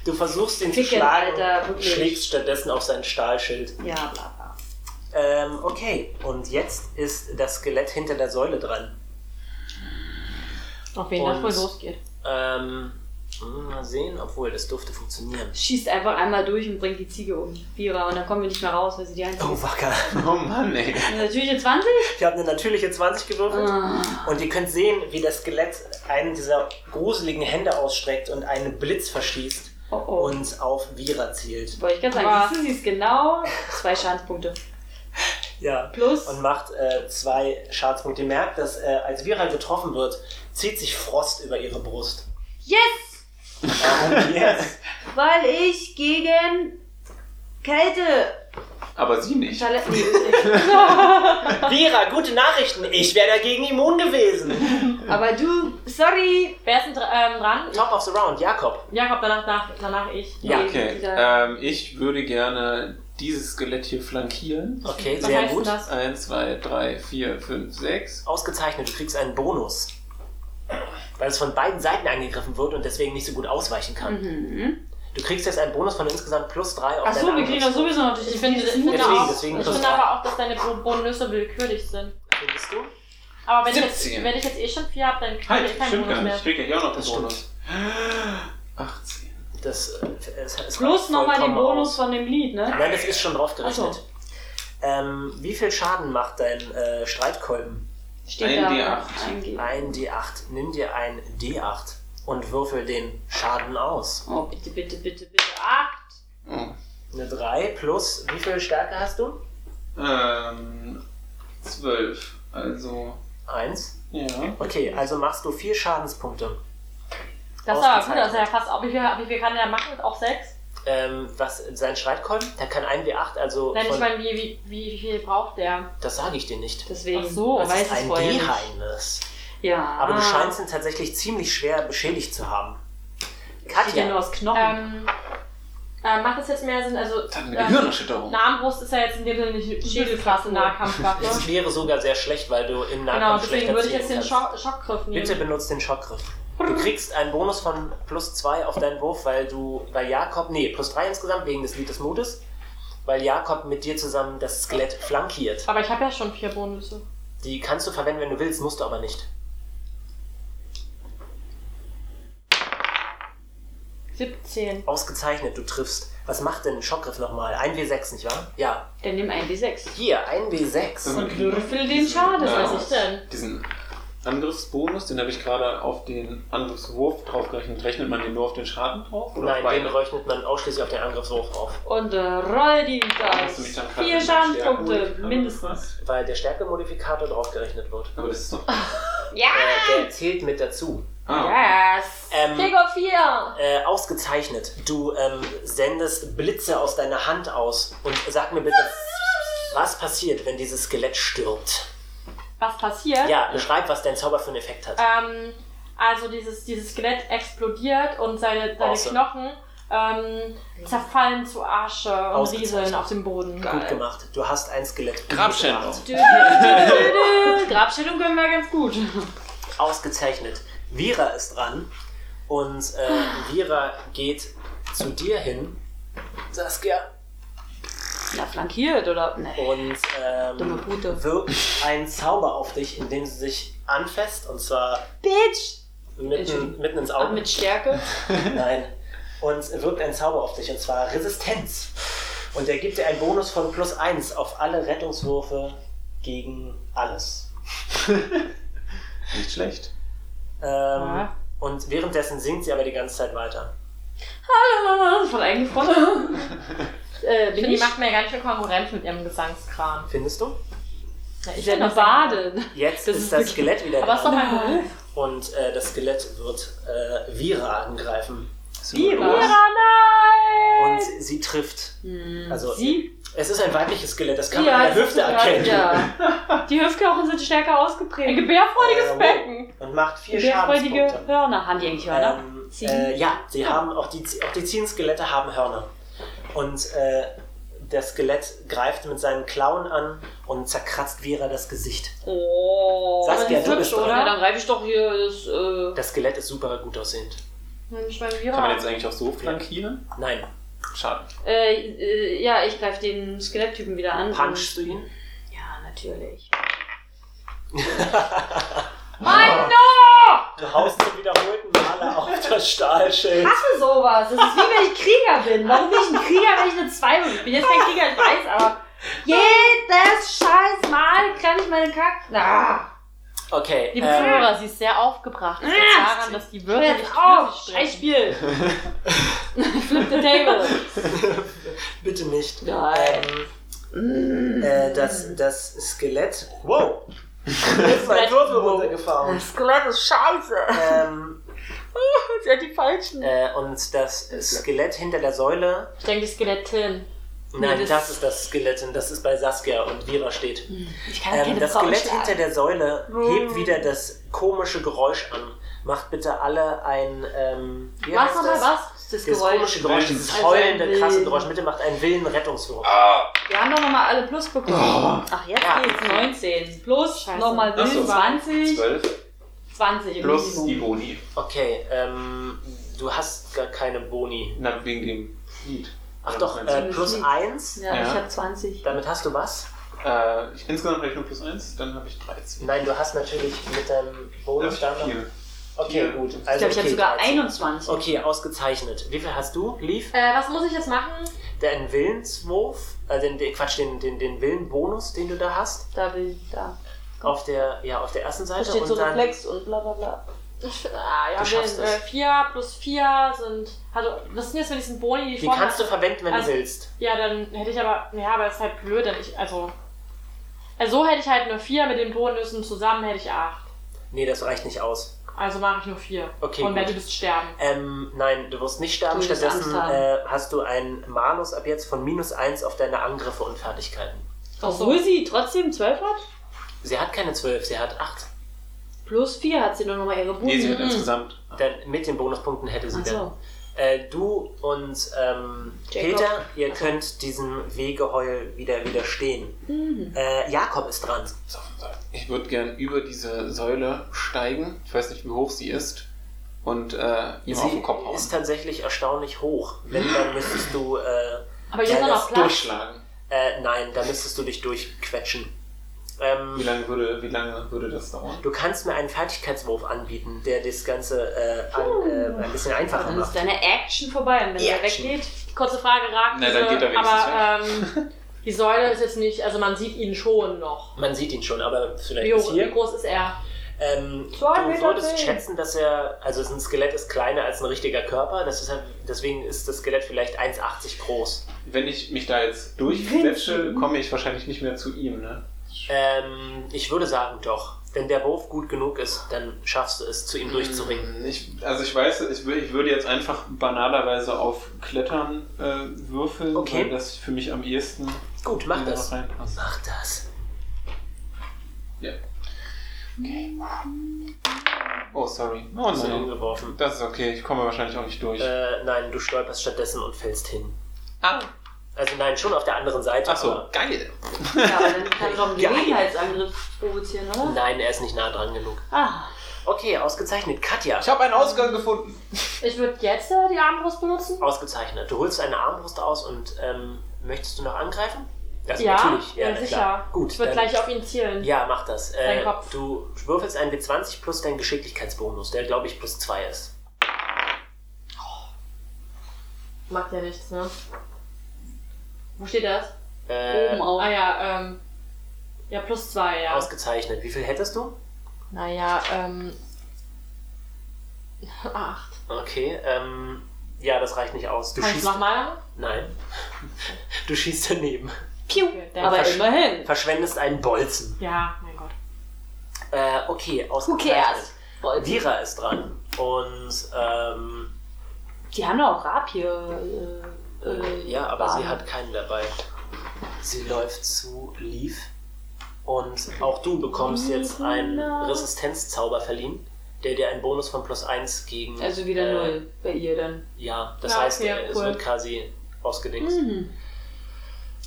Du versuchst ihn zu Ficken, schlagen, Alter, und wirklich. schlägst stattdessen auf sein Stahlschild. Ja, bla bla. Ähm, okay, und jetzt ist das Skelett hinter der Säule dran. Auf wen Und- das wohl losgeht. Ähm, hm, mal sehen, obwohl das dürfte funktionieren. Schießt einfach einmal durch und bringt die Ziege um. Vierer. Und dann kommen wir nicht mehr raus, weil sie die einzige Oh, ist. Wacker. Oh Mann, ey. Natürlich eine 20? Ich habe eine natürliche 20 gewürfelt. Ah. Und ihr könnt sehen, wie das Skelett einen dieser gruseligen Hände ausstreckt und einen Blitz verschießt Oh oh. und auf Vira zielt. Wollte ich gerade Ah. sagen, siehst du, sie ist genau zwei Schadenspunkte. Ja. Plus. Und macht äh, zwei Schadenspunkte. Ihr merkt, dass äh, als Vira getroffen wird, zieht sich Frost über ihre Brust. Yes! Warum jetzt? Weil ich gegen Kälte. Aber sie nicht. Schale nee, ist Vira, gute Nachrichten. Ich wäre dagegen immun gewesen. nicht. Aber du, sorry. Wer ist denn dr- ähm, dran? Top of the Round, Jakob. Jakob, danach, nach, danach ich. Ja. Okay, dieser- ähm, ich würde gerne dieses Skelett hier flankieren. Okay, Was sehr heißt gut. denn das? 1, 2, 3, 4, 5, 6. Ausgezeichnet, du kriegst einen Bonus. Weil es von beiden Seiten angegriffen wird und deswegen nicht so gut ausweichen kann. Mhm. Du kriegst jetzt einen Bonus von insgesamt plus drei auf Achso, deinen wir kriegen das Angriffswurf. sowieso noch durch. Ich finde, ich finde, Deswegen, auch, deswegen ich plus finde drei. aber auch, dass deine Bo- Bonüsse willkürlich sind. Findest du? Aber wenn ich, jetzt, 17. wenn ich jetzt eh schon vier habe, dann kriege Halt, ich keinen stimmt Bonus gar nicht. mehr. Ich kriege ja hier auch noch den Das stimmt. Bonus. 18. Das, äh, es, es Plus reicht nochmal den vollkommen Bonus aus. von dem Lied, ne? Nein, das ist schon draufgerechnet. Ach so. Ähm, wie viel Schaden macht dein äh, Streitkolben? Steht Ein da. D8. Ein D8. Ein D8. Nimm dir ein D8 und würfel den Schaden aus. Oh, bitte, bitte, bitte, bitte. Ah, Acht. Oh. Eine 3 plus, wie viel Stärke hast du? Ähm, 12. Also, Eins. ja. Okay, also machst du vier Schadenspunkte. Das ist aber gut, Ausgezeichnet. also ja fast auch. Wie viel, wie viel kann der machen? Auch sechs? Ähm, was sein Streitkolben? Der kann ein D8, also. Nein, ich von- meine, wie, wie, wie, wie viel braucht der? das sage ich dir nicht. Deswegen. Ach so, man Das oh, weiß ist es ein vorher nicht. Ah. D-Heines. Ja. Aber du scheinst ihn tatsächlich ziemlich schwer beschädigt zu haben. Steht ja nur Katja, aus Knochen. Ähm, äh, macht das jetzt mehr Sinn? Also, Dann eine ähm, Gehirnerschütterung. eine Armbrust ist ja jetzt in dem Sinne nicht Schädelklasse Nahkampfwaffe. es wäre sogar sehr schlecht, weil du im ne? genau, Nahkampf deswegen schlechter würde ich zielen jetzt den kannst. Schock, Schockgriff nehmen. Bitte benutzt den Schockgriff. Du kriegst einen Bonus von plus 2 auf deinen Wurf, weil du, weil Jakob, nee, plus 3 insgesamt wegen des Lied des Mutes, weil Jakob mit dir zusammen das Skelett flankiert. Aber ich habe ja schon vier Bonüsse. Die kannst du verwenden, wenn du willst, musst du aber nicht. 17. Ausgezeichnet, du triffst. Was macht denn ein Schockgriff nochmal? 1W6, nicht wahr? Ja. Dann nimm ein D6. Hier, Dann 1W6. kriegen wir Würfel den diesen, Schaden, äh, was weiß ich denn? Diesen Angriffsbonus, den habe ich gerade auf den Angriffswurf draufgerechnet. Rechnet man den nur auf den Schaden drauf? Oder auf Nein, den beide? rechnet man ausschließlich auf den Angriffswurf auf, Und äh, roll die Kannst du mich Dice. dann gerade Vier mit der Stärke Schadenspunkte, holen? mindestens. weil der Stärkemodifikator draufgerechnet wird. Aber das ist doch. Ja! Äh, der zählt mit dazu. Ah, Yes. Ähm, Gregor 4! äh, ausgezeichnet. Du ähm, sendest Blitze aus deiner Hand aus und sag mir bitte, was passiert, wenn dieses Skelett stirbt? Was passiert? Ja, beschreib, was dein Zauber für einen Effekt hat. Ähm, also dieses, dieses Skelett explodiert und seine, seine Awesome. Knochen ähm, zerfallen zu Asche und Ausgezeichnet. rieseln auf dem Boden. Gut gemacht. Du hast ein Skelett. Grabschändung. umgebracht. Dü- dü- dü- dü- dü. Grabstellung können wir ganz gut. Ausgezeichnet. Vera ist dran und äh, Vera geht zu dir hin, Saskia, Ja, flankiert oder? Nee. und Dumme ähm, Pute. wirkt einen Zauber auf dich, indem sie sich anfasst und zwar Bitch! mitten, mitten ins Ab Auge. mit Stärke. Nein. Und wirkt ein Zauber auf dich, und zwar Resistenz. Und er gibt dir einen Bonus von plus 1 auf alle Rettungswürfe gegen alles. nicht schlecht. Ähm, Ja. Und währenddessen singt sie aber die ganze Zeit weiter. Voll eingefroren. äh, Ich bin finde, ich die macht mir ganz schön Konkurrenz mit ihrem Gesangskram. Findest du? Ich ja bin eine doch Bade. Bade. Jetzt Das ist ist das wirklich- Skelett wieder Aber ist doch dran. mein Beruf. Und äh, das Skelett wird äh, Vira angreifen. Super. Ah, nein! Und sie trifft. Also, Sie? Es ist ein weibliches Skelett, das kann man an der Hüfte erkennen. Ja. Die Hüftknochen sind stärker Ein ausgeprägt. gebärfreudiges Äh, Becken. Und macht vier Gebärfreudige Schadenspunkte. Hörner haben die eigentlich Hörner. Ähm, Ziegen? äh, ja, sie haben auch die, auch die Ziehenskelette haben Hörner. Und äh, das Skelett greift mit seinen Klauen an und zerkratzt Vera das Gesicht. Oh, Saskia, das ist du hübsch, bist dran. oder? Ja, dann greife ich doch hier das. Äh, Das Skelett ist super gut aussehend. Hm, Ich meine, Kann man Vira. jetzt eigentlich auch so flankieren? Nein. Schade. äh, äh, ja, ich greife den Skeletttypen wieder an. Punchst du ihn? Und- Ja, natürlich. Mein Du haust zum wiederholten Male auf das Stahlschild. hasse sowas. Das ist wie wenn ich Krieger bin. Warum bin ich ein Krieger, wenn ich eine 2 bin? Ich bin jetzt kein Krieger, ich weiß, aber jedes scheiß Mal kann ich meine Kack. Na, Okay. Liebe Äh. ähm, Zuhörer, sie ist sehr aufgebracht. Das liegt Ah, daran, dass die hör Würfel nicht jetzt auf. flüssig Scheiß sprechen. Spiel. Flip the table. Bitte nicht. Nein. Ähm, äh, das, das Skelett. Wow! Mir ist mein Würfel runtergefahren. Skelett ist scheiße. Ähm, Sie hat die falschen. äh, und das Skelett hinter der Säule. Ich denke, die Skelettin. Nein, Nee, das- das ist das Skelett und das ist bei Saskia und Vera steht. Hm, Ich kann Ähm, keine das Frau Skelett schlagen. hinter der Säule hebt wieder das komische Geräusch an. Macht bitte alle ein. Ähm, wie Was heißt nochmal das? was? Das Das Geräusch. komische Geräusch, dieses heulende, krasse Geräusch. Bitte macht einen wilden Rettungswurf. Ah. Wir haben doch nochmal alle plus bekommen. Oh. Ach, jetzt Ja. geht's. 19. Plus Scheiße. nochmal Ach so. 20. 12 20 im plus Minimum. die Boni. Okay, ähm, du hast gar keine Boni. Na, wegen dem Lied. Ach Oder doch, was meinst äh, plus Mhm. 1. Ja, Ja. ich habe 20. Damit hast du was? du? äh, ich, insgesamt habe ich nur plus 1, dann habe ich 13. Nein, du hast natürlich mit deinem Das Bonus ist dann noch. viel. Okay, Vier. gut. Also, Ich glaube, ich habe okay, sogar 13. 21. Okay, ausgezeichnet. Wie viel hast du, Leaf? Äh, was muss ich jetzt machen? Deinen Willenswurf, äh, den, den Quatsch, den, den, den Willenbonus, den du da hast, Da will da. auf der, ja, auf der ersten Da Seite steht so Also und dann Reflex und bla bla bla. Ich, ah, ja, Du schaffst wenn, äh, es. 4 plus 4 sind. Also, was sind jetzt mit diesen Boni, die ich die vorhin kannst du hatte? verwenden, wenn Also- du willst. Ja, dann hätte ich aber. Ja, aber das ist halt blöd, denn ich. Also. Also, so hätte ich halt nur 4 mit den Bonussen zusammen, hätte ich 8. Nee, das reicht nicht aus. Also mache ich nur 4. Okay, Und werde gut. bis sterben. Ähm, nein, du wirst nicht sterben. Du wirst Stattdessen Angst äh, haben. hast du einen Malus ab jetzt von minus 1 auf deine Angriffe und Fertigkeiten. Obwohl sie trotzdem 12 hat? Sie hat keine 12, sie hat 8. Plus 4 hat sie nur nochmal Mhm. ihre Nee, sie hat Boni. insgesamt. Denn mit den Bonuspunkten hätte sie Ach dann. so. Äh, du und ähm, Jacob. Peter, ihr könnt diesem Wegeheul wieder widerstehen. Mhm. Äh, Jakob ist dran. Ich würde gern über diese Säule steigen. Ich weiß nicht, wie hoch sie ist. Und äh, ihm auf den Kopf hauen. ist tatsächlich erstaunlich hoch. Wenn, dann müsstest du. Äh, Aber hier Ja, ist auch das noch Platz. Durchschlagen. äh, nein, da müsstest du dich durchquetschen. Wie Ähm, lange würde, wie lange würde das dauern? du kannst mir einen Fertigkeitswurf anbieten, der das Ganze äh, an, äh, ein bisschen einfacher Dann ist macht. deine Action vorbei und wenn er Action. weggeht. Kurze Frage, Rag. Na, dann diese- geht er aber wenigstens ähm, die Säule ist jetzt nicht. Also, man sieht ihn schon noch. Man sieht ihn schon, aber vielleicht Wie, ist hoch, wie hier. groß ist er? Ähm, du Zwei Meter würdest zehn. schätzen, dass er, also ein Skelett ist kleiner als ein richtiger Körper, das ist halt, deswegen ist das Skelett vielleicht 1,80 groß. Wenn ich mich da jetzt durchquetsche, komme ich wahrscheinlich nicht mehr zu ihm, ne? Ähm, ich würde sagen, doch. Wenn der Wurf gut genug ist, dann schaffst du es, zu Hm. ihm durchzuringen. Ich, also ich weiß, ich, wür- ich würde jetzt einfach banalerweise auf Klettern äh, würfeln, Okay. weil das für mich am ehesten Gut, mach da das. noch reinpasst. Mach das. Ja. Oh, sorry. Oh Hast du ihn nein. umgeworfen? Das ist okay, ich komme wahrscheinlich auch nicht durch. Äh, nein, du stolperst stattdessen und fällst hin. ah, Also nein, schon auf der anderen Seite. achso, aber- geil. Ja, aber dann kann doch ein Geil. Gelegenheitsangriff provozieren, oder? Nein, er ist nicht nah dran genug. Ah, Okay, ausgezeichnet. Katja. Ich habe einen Ausgang gefunden. Ich würde jetzt äh, die Armbrust benutzen. Ausgezeichnet. Du holst eine Armbrust aus und ähm, möchtest du noch angreifen? Also ja, natürlich. ja, na sicher. Klar. Gut. ich würde dann- gleich auf ihn zielen. Ja, mach das. Dein Äh, Kopf. du würfelst einen W20 plus deinen Geschicklichkeitsbonus, der glaube ich plus 2 ist. Macht ja nichts, ne? Wo steht das? Äh, oben auf. Ah ja, ähm. Ja, plus zwei, ja. Ausgezeichnet. Wie viel hättest du? Naja, ähm. Acht. Okay, ähm, ja, das reicht nicht aus. Du Kann ich schießt. nochmal? Nein. Du schießt daneben. Piu. Okay, dann- Aber versch- immerhin. Verschwendest einen Bolzen. Ja, mein Gott. Äh, okay, Who ausgezeichnet. cares? Vira ist dran. Und, ähm, Die haben doch auch Rapier. Äh, äh, Ja, aber sie Bahn. hat keinen dabei. Sie läuft zu Leaf und auch du bekommst jetzt einen Resistenzzauber verliehen, der dir einen Bonus von plus 1 gegen. äh, Also wieder null bei ihr dann. Ja, das Ja, heißt, okay, äh, es cool. wird quasi ausgedingst. Ah, Mhm.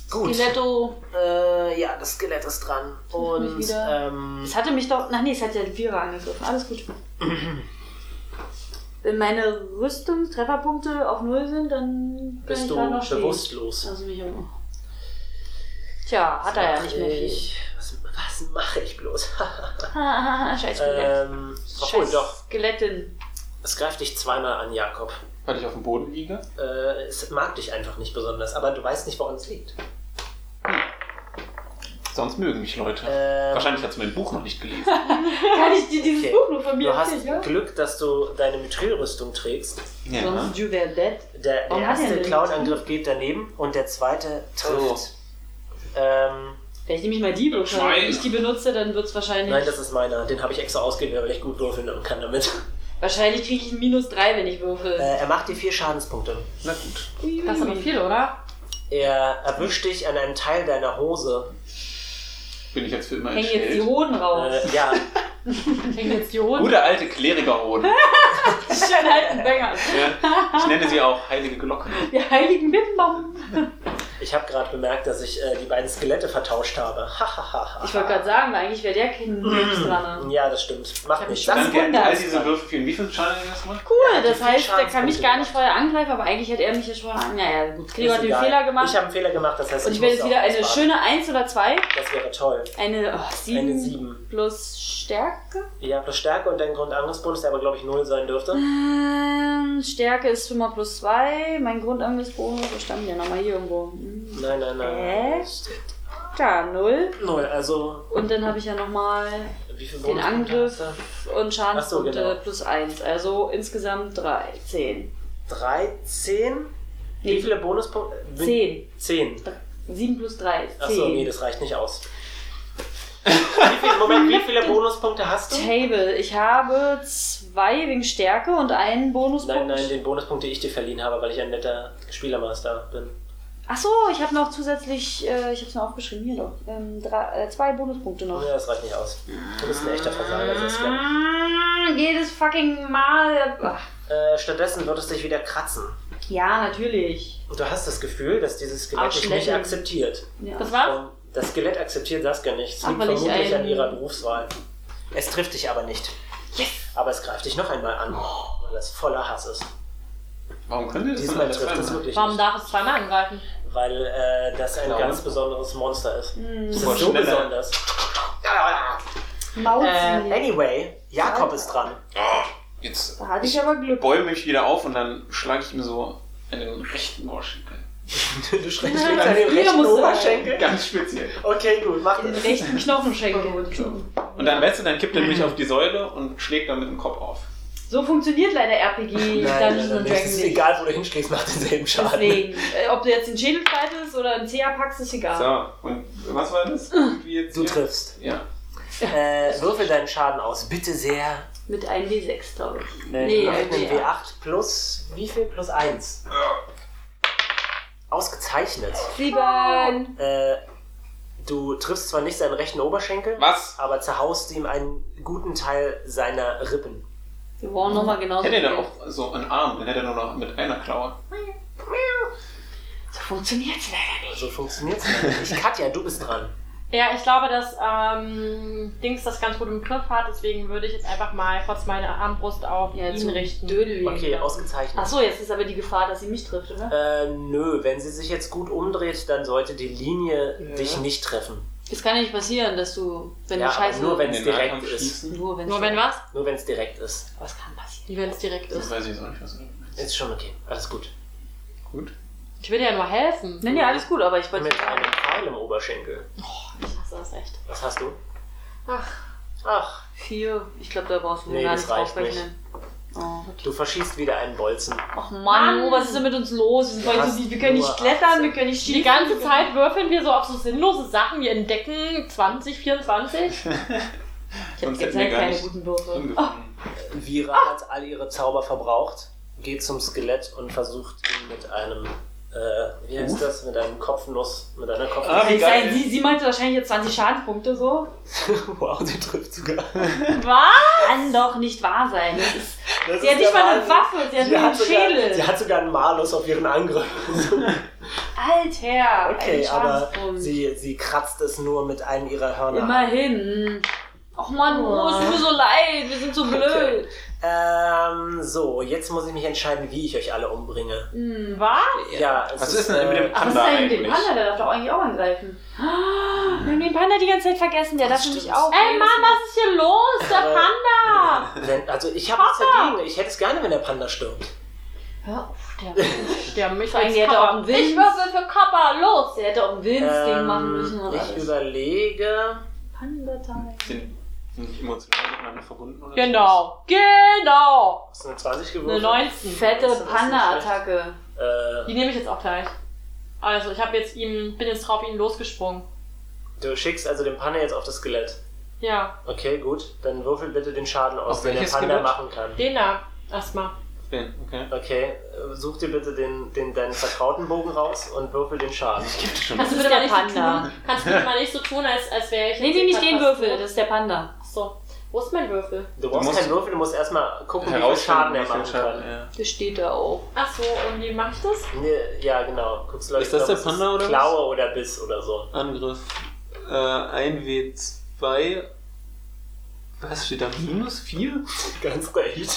Gut. Stiletto. Äh, ja, das Skelett ist dran. Und wieder- ähm, Es hatte mich doch. Ach nee, es hat ja die Vierer angegriffen. Alles gut. Wenn meine Rüstungstrefferpunkte auf null sind, dann bist du kann ich grad noch stehen. bewusstlos. Also mich um. Tja, hat er ja nicht mehr viel. Was, was mache ich bloß? Haha, Scheiß Skelett. ähm, obwohl, doch. Skelettin. Es greift dich zweimal an, Jakob. Weil ich auf dem Boden liege. Äh, es mag dich einfach nicht besonders, aber du weißt nicht, woran es liegt. Sonst mögen mich Leute. Ähm, Wahrscheinlich hat sie mein Buch noch nicht gelesen. Kann ich dir dieses Okay. Buch nur von mir Du hast erzählen, ja? Glück, dass du deine Mithril-Rüstung trägst. ja. Sonst you were dead. Der, der Warum hat er erste denn Clown-Angriff geht daneben und der zweite trifft. Ähm, Wenn ich nämlich mal die benutze, Schweine. wenn ich die benutze, dann wird es wahrscheinlich. nein, das ist meiner. Den habe ich extra ausgewählt, weil ich gut würfeln kann damit. wahrscheinlich kriege ich ein Minus 3, wenn ich würfel. Äh, er macht dir vier Schadenspunkte. Na gut. Das ist aber viel, oder? Er erwischt dich an einem Teil deiner Hose. Bin ich jetzt für immer Hängen jetzt die entstellt. Hoden raus. Äh, ja, Hängt jetzt die Hoden. Gute alte Klerikerhoden. Schön alten Bänger. ja. Ich nenne sie auch heilige Glocken. Wir heiligen Wimmbom. ich habe gerade bemerkt, dass ich äh, die beiden Skelette vertauscht habe. Hahaha. Ich wollte gerade sagen, eigentlich wäre der Kind dran. Mhm. ne? ja, das stimmt. Macht nichts. Das Danke an wundert. all diese Würfel für ihn. Wie viel Schaden hat das gemacht? Cool, die das viel heißt, der kann mich Schadenspunkte gar nicht vorher angreifen, aber eigentlich hat er mich ja schon an. Naja, gut, Gregor hat den Ist egal. Fehler gemacht. Ich habe einen Fehler gemacht, das heißt, und ich werde jetzt muss wieder auch eine auswarten. schöne 1 oder 2. Das wäre toll. Eine oh, 7, Eine 7. plus Stärke. Ja, plus Stärke und dein Grundangriffsbonus, der aber, glaube ich, 0 sein dürfte. Ähm, Stärke ist 5 mal plus 2. Mein Grundangriffsbonus, wo stand der nochmal hier irgendwo? Hm. Nein, nein, nein. Äh? Da, 0. 0, also Und dann habe ich ja nochmal wie viel den Angriff und Schadenspunkte Ach so, genau. plus 1. Also insgesamt 3. 10. 13? Nee. Wie viele Bonuspunkte? 10. 10. 7 plus 3. 10. Achso, nee, das reicht nicht aus. wie viel, Moment, wie viele Bonuspunkte hast du? Table. Ich habe zwei wegen Stärke und einen Bonuspunkt. Nein, nein, den Bonuspunkt, den ich dir verliehen habe, weil ich ein netter Spielermeister bin. Achso, ich habe noch zusätzlich, äh, ich habe es mir aufgeschrieben, hier doch, ähm, drei, äh, zwei Bonuspunkte noch. Ja, das reicht nicht aus. Du bist ein echter Versager, Saskia. Ah, Jedes fucking Mal. Ach, Äh, stattdessen würdest du dich wieder kratzen. Ja, natürlich. Und du hast das Gefühl, dass dieses Skelett dich nicht Abschleppen. akzeptiert. Ja. Das war's? Ähm, Das Skelett akzeptiert Saskia nicht. Es Ach, liegt weil ich vermutlich ein- an ihrer Berufswahl. Es trifft dich aber nicht. Aber es greift dich noch einmal an, weil es voller Hass ist. Warum können sie das denn Diesmal alles trifft es zweimal? wirklich Warum nicht. darf es zweimal angreifen? Weil äh, das ein Genau. ganz besonderes Monster ist. Es Boah, ist so schneller. besonders. Mauzi. Oh, Äh, anyway, Jakob ist dran. Ah, Jetzt Da hatte ich aber Glück. bäume mich wieder auf und dann schlage ich ihm so einen rechten Ohrschenkel. Du schreckst Ja, mit deinem früher rechten musst du- Oberschenkel. Ganz speziell. Okay, gut, mach Den das. rechten Knochenschenkel. Und dann, weißt du, dann kippt er mich auf die Säule und schlägt damit den Kopf auf. So funktioniert leider RPG Dungeons es and Dragons ist nicht. egal, wo du hinschlägst, macht denselben Schaden. Deswegen, äh, ob du jetzt den Schädel faltest oder einen CA packst, ist egal. So, und was war das? Wie jetzt Du hier? triffst. Ja. Äh, würfel deinen Schaden aus, bitte sehr. Mit einem W6, glaube ich. Nein, Nee, äh, mach einen W8. W8 plus, wie viel? Plus 1. Ausgezeichnet. Sieben. Äh, du triffst zwar nicht seinen rechten Oberschenkel, Was? aber zerhaust ihm einen guten Teil seiner Rippen. Wir brauchen nochmal genauso Hätte er dann viel. auch so einen Arm, dann hätte er nur noch mit einer Klaue. So funktioniert's leider nicht. So funktioniert's nicht. Ich, Katja, du bist dran. Ja, ich glaube, dass ähm, Dings das ganz gut im Griff hat, deswegen würde ich jetzt einfach mal kurz meine Armbrust auf Ja, ihn zu richten. Dödel Okay, ausgezeichnet. Achso, jetzt ist aber die Gefahr, dass sie mich trifft, oder? Äh, nö, wenn sie sich jetzt gut umdreht, dann sollte die Linie dich nicht treffen. Es kann ja nicht passieren, dass du, wenn Ja, du aber scheiße... nur wenn- In Wenn's den direkt Nahkampf ist. schießen. Nur wenn... Nur wenn was? Nur wenn es direkt ist. Was kann passieren? Wie wenn es direkt Das ist. weiß ich jetzt auch nicht, was er meint. Ist schon okay. Alles gut. Gut. Ich will dir ja nur helfen. Nee, nee, alles gut, aber ich wollte... Mit einem Pfeil im Oberschenkel. Ich hasse das echt. Was hast du? Ach, Ach, Vier. Ich glaube, da brauchst du Nee, gar das nicht reicht draufrechnen. Oh. du verschießt wieder einen Bolzen. Ach Mann, oh, Mann. was ist denn mit uns los? Wir, sind Du voll hast so, wir können nicht nur klettern, 18. wir können nicht schießen. die ganze wir können- Zeit würfeln wir so auf so sinnlose Sachen. Wir entdecken 20, 24. Ich hab Sonst jetzt hätten wir halt gar keine nicht guten Würfe. umgefangen. Ah. Vira hat all ihre Zauber verbraucht, geht zum Skelett und versucht ihn mit einem, äh, wie heißt Ruf? das, mit einem Kopfnuss, mit einer Ah, Kopfnuss. wie Sie, geil. sie, sie meinte wahrscheinlich jetzt 20 Schadenpunkte so. wow, sie trifft sogar. Was? Kann doch nicht wahr sein. Das Das ist, sie hat nicht mal eine Waffe, sie hat Sie nur hat, einen sogar, Schädel. sie hat sogar einen Malus auf ihren Angriff. Alter, ein Okay, aber Schadenspunkt. sie, sie kratzt es nur mit einem ihrer Hörner. Immerhin. Och Mann, oh, es tut mir so leid, wir sind so blöd. Ähm, so, jetzt muss ich mich entscheiden, wie ich euch alle umbringe. Hm, Was? Ja, es Was ist denn mit dem Ach, was ist Panda denn mit dem eigentlich? Panda? Der darf doch eigentlich auch angreifen. Ah, Wir haben den Panda die ganze Zeit vergessen, der darf Das nämlich stimmt. auch. Ey Mann, was ist hier los? Der Äh, Panda! Wenn, also ich habe nichts dagegen. Ich hätte es gerne, wenn der Panda stirbt. Hör auf, der Sterben mich Vor allem, die hätte auch einen Wind. Ich würfel für Kappa, los! Der hätte auch ein wildes Ding machen müssen Ähm, und ich alles. überlege. Panda-Teil. Sind sind die emotional miteinander verbunden? Oder Genau, genau! Hast du eine 20 Eine gewürfelt? 19. Das Fette ist nicht Panda-Attacke. Äh, Die nehme ich jetzt auch gleich. Also, ich habe jetzt ihm, bin jetzt drauf ihn losgesprungen. du schickst also den Panda jetzt auf das Skelett. Ja, Okay, gut. Dann würfel bitte den Schaden aus, Auf den der welches Panda Skelett? machen kann. den da erstmal. Wen? Okay. Okay, äh, such dir bitte den, den, deinen vertrauten Bogen raus und würfel den Schaden. Gibt es schon. Kannst du Das bitte ist mal der nicht so Panda. tun, kannst du bitte mal nicht so tun, als, als wäre ich. Nee, jetzt nee, nicht den gerade Würfel, fast tot. das ist der Panda. Ach So, wo ist mein Würfel? Du brauchst musst keinen Würfel, du musst erstmal gucken, wie viel Schaden Herausfinden, er wie machen viel Schaden. kann. Ja. Das steht da auch. Ach so, und wie mache ich das? Nee, Ja, genau. Guckst, glaub ich, Ist das ob der es Panda oder was? Klaue oder Biss oder so. Angriff. Äh, 1W2. Was steht da? Minus 4? Ganz recht.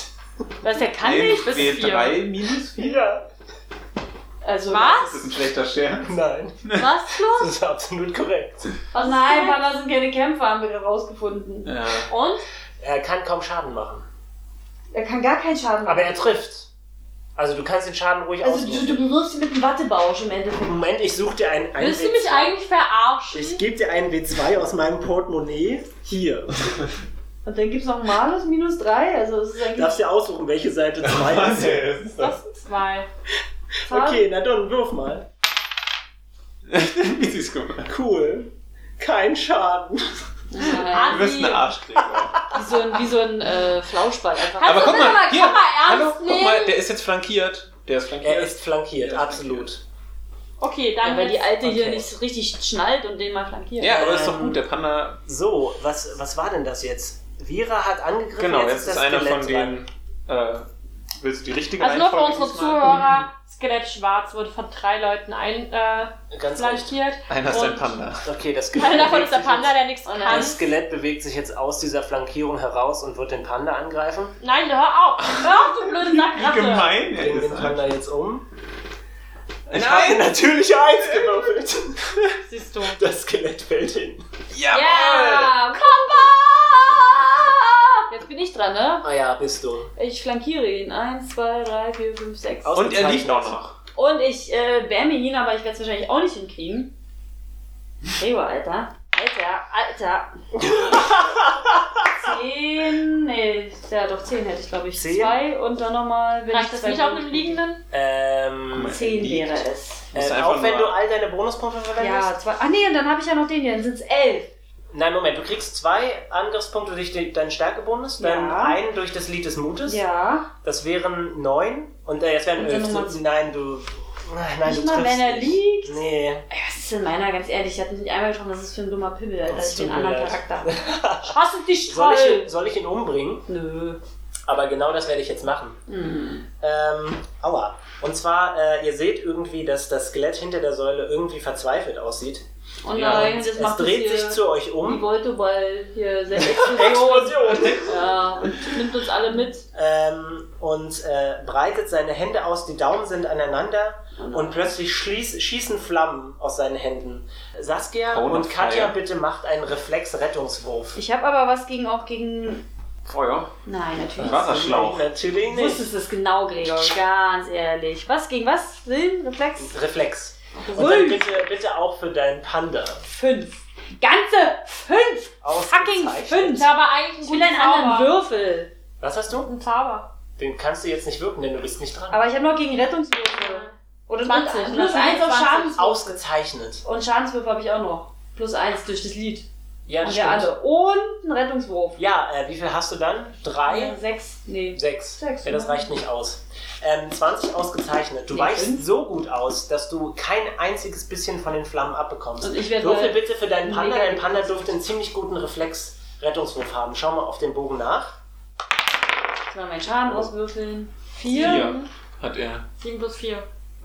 Was, der kann nicht? bis W3 minus 4? Ja. Also, Was? Das ist ein schlechter Scherz. Nein, Was, Flo? das ist absolut korrekt. Oh nein, Panda sind keine Kämpfer, haben wir herausgefunden. Ja. Und? Er kann kaum Schaden machen. Er kann gar keinen Schaden Aber er trifft. Also du kannst den Schaden ruhig Also, auswürfeln. du, du berührst ihn mit einem Wattebausch im Endeffekt. Moment, ich suche dir einen, einen Willst du mich eigentlich verarschen? Ich gebe dir einen W2 aus meinem Portemonnaie. Hier. Und dann gibt's noch einen Malus minus drei. Also, das ist Du eigentlich. darfst dir aussuchen, welche Seite 2 ist. ist das sind zwei. Okay, na dann, wirf mal. Wie sie es gemacht haben. Cool. Kein Schaden. Nein, Du wirst ein Arschkrieg. Wie so ein, wie so ein äh, Flauschball einfach. Kannst Aber du guck bitte Also, mal, mal hier, Kappa ernst Hallo, guck nehmen? mal, der ist jetzt flankiert. Der ist flankiert. Er ist flankiert, Ja, absolut. Okay, Ja, dann weil die jetzt- Alte hier Okay. nicht richtig schnallt und den mal flankiert. ja, aber ist doch Ähm, gut. Der Panda. So, was, was war denn das jetzt? Vira hat angegriffen. Genau, jetzt ist das einer Skelett von dran. den. Äh, willst du die richtige Also nur für Reihenfolge unsere diesmal? Zuhörer, Skelett Schwarz wurde von drei Leuten einflankiert. Ganz recht. Äh, Einer ist ein Und- Panda. Okay, das Skelett. Einer davon ist der bewegt sich Panda, jetzt- der nichts Und kann. Das Skelett bewegt sich jetzt aus dieser Flankierung heraus und wird den Panda angreifen. Nein, hör auf! Hör auf, du blöde Wie Sackratte! gemein er Bringen ist. den Panda jetzt um. Ich hab Nein! ihn natürlich eins gewürfelt. Siehst du. Das Skelett fällt hin. Jawohl! Ja, Komba! Ah, Jetzt bin ich dran, ne? Ah ja, bist du. Ich flankiere ihn. Eins, zwei, drei, vier, fünf, sechs. Aus- Und er liegt auch noch. Und ich äh, bäme ihn, aber ich werde es wahrscheinlich auch nicht hinkriegen. Ewa, Alter. Alter, Alter. zehn, nee, ja doch, zehn hätte ich, glaube ich. Zehn? Zwei und dann nochmal, wenn Reicht ich das zwei nicht auf Punkte einem liegenden? Ähm, Zehn Liegt. wäre es. Muss äh, einfach auch wenn nur- du all deine Bonuspunkte verwendest? Ja, zwei. Ah nee, und dann habe ich ja noch den hier, dann sind es elf. Nein, Moment, du kriegst zwei Angriffspunkte durch die, deinen Stärkebonus, dann Ja. einen durch das Lied des Mutes. Ja. Das wären neun und äh, jetzt wären Und dann elf. nochmal zu- Nein, du. Nein, Nicht du mal, triffst wenn er nicht. liegt. Nee. Ey, was ist denn meiner? Ganz ehrlich, ich hab nicht einmal getroffen, das ist für ein dummer Pimmel, Das als ich tut Äh, den mir anderen leid. Charakter habe. Ich hasse dich, Soll ich, ihn- Troll! soll ich ihn umbringen? Nö. Aber genau das werde ich jetzt machen. Hm. Ähm, aua. Und zwar, äh, ihr seht irgendwie, dass das Skelett hinter der Säule irgendwie verzweifelt aussieht. Und Ja, nein, und das es macht das dreht hier sich zu euch Wie um. wollte weil hier sehr Explosion! Ja, und nimmt uns alle mit. ähm, und äh, breitet seine Hände aus, die Daumen sind aneinander Oh und plötzlich schließ, schießen Flammen aus seinen Händen. Saskia Cone und of Katja, Fire. bitte macht einen Reflex-Rettungswurf. Ich habe aber was gegen auch gegen. Feuer. Nein, natürlich. Was? Wasserschlauch. Natürlich Du nicht. wusstest es genau, Gregor, ganz ehrlich. Was gegen was? Sinn? Reflex? Reflex. Und dann Fünf! bitte, bitte auch für deinen Panda. Fünf! Ganze fünf! Fucking Ausgezeichnet. fünf! Ich habe eigentlich einen Ich will guten einen Zauber. anderen Würfel. Was hast du? Einen Zauber. Den kannst du jetzt nicht wirken, denn du bist nicht dran. Aber ich habe noch gegen Rettungswürfel. Oder 20, Plus ne? eins auf 25. Schadens. Ausgezeichnet. Und Schadenswürfel habe ich auch noch. Plus eins durch das Lied. Ja, Haben wir alle. Und einen Rettungswurf. Ja, äh, wie viel hast du dann? Drei? Sechs. Nee. Sechs. Sechs, ja, das ne? reicht nicht aus. Ähm, 20 ausgezeichnet. Du Nee, weichst fünf. so gut aus, dass du kein einziges bisschen von den Flammen abbekommst. Und ich werde Würfel mal- bitte für deinen Panda. Mega Dein Panda gut. dürfte einen ziemlich guten Reflex-Rettungswurf haben. Schau mal auf den Bogen nach. Jetzt mal meinen Schaden auswürfeln. Vier. Vier hat er. Sieben plus vier.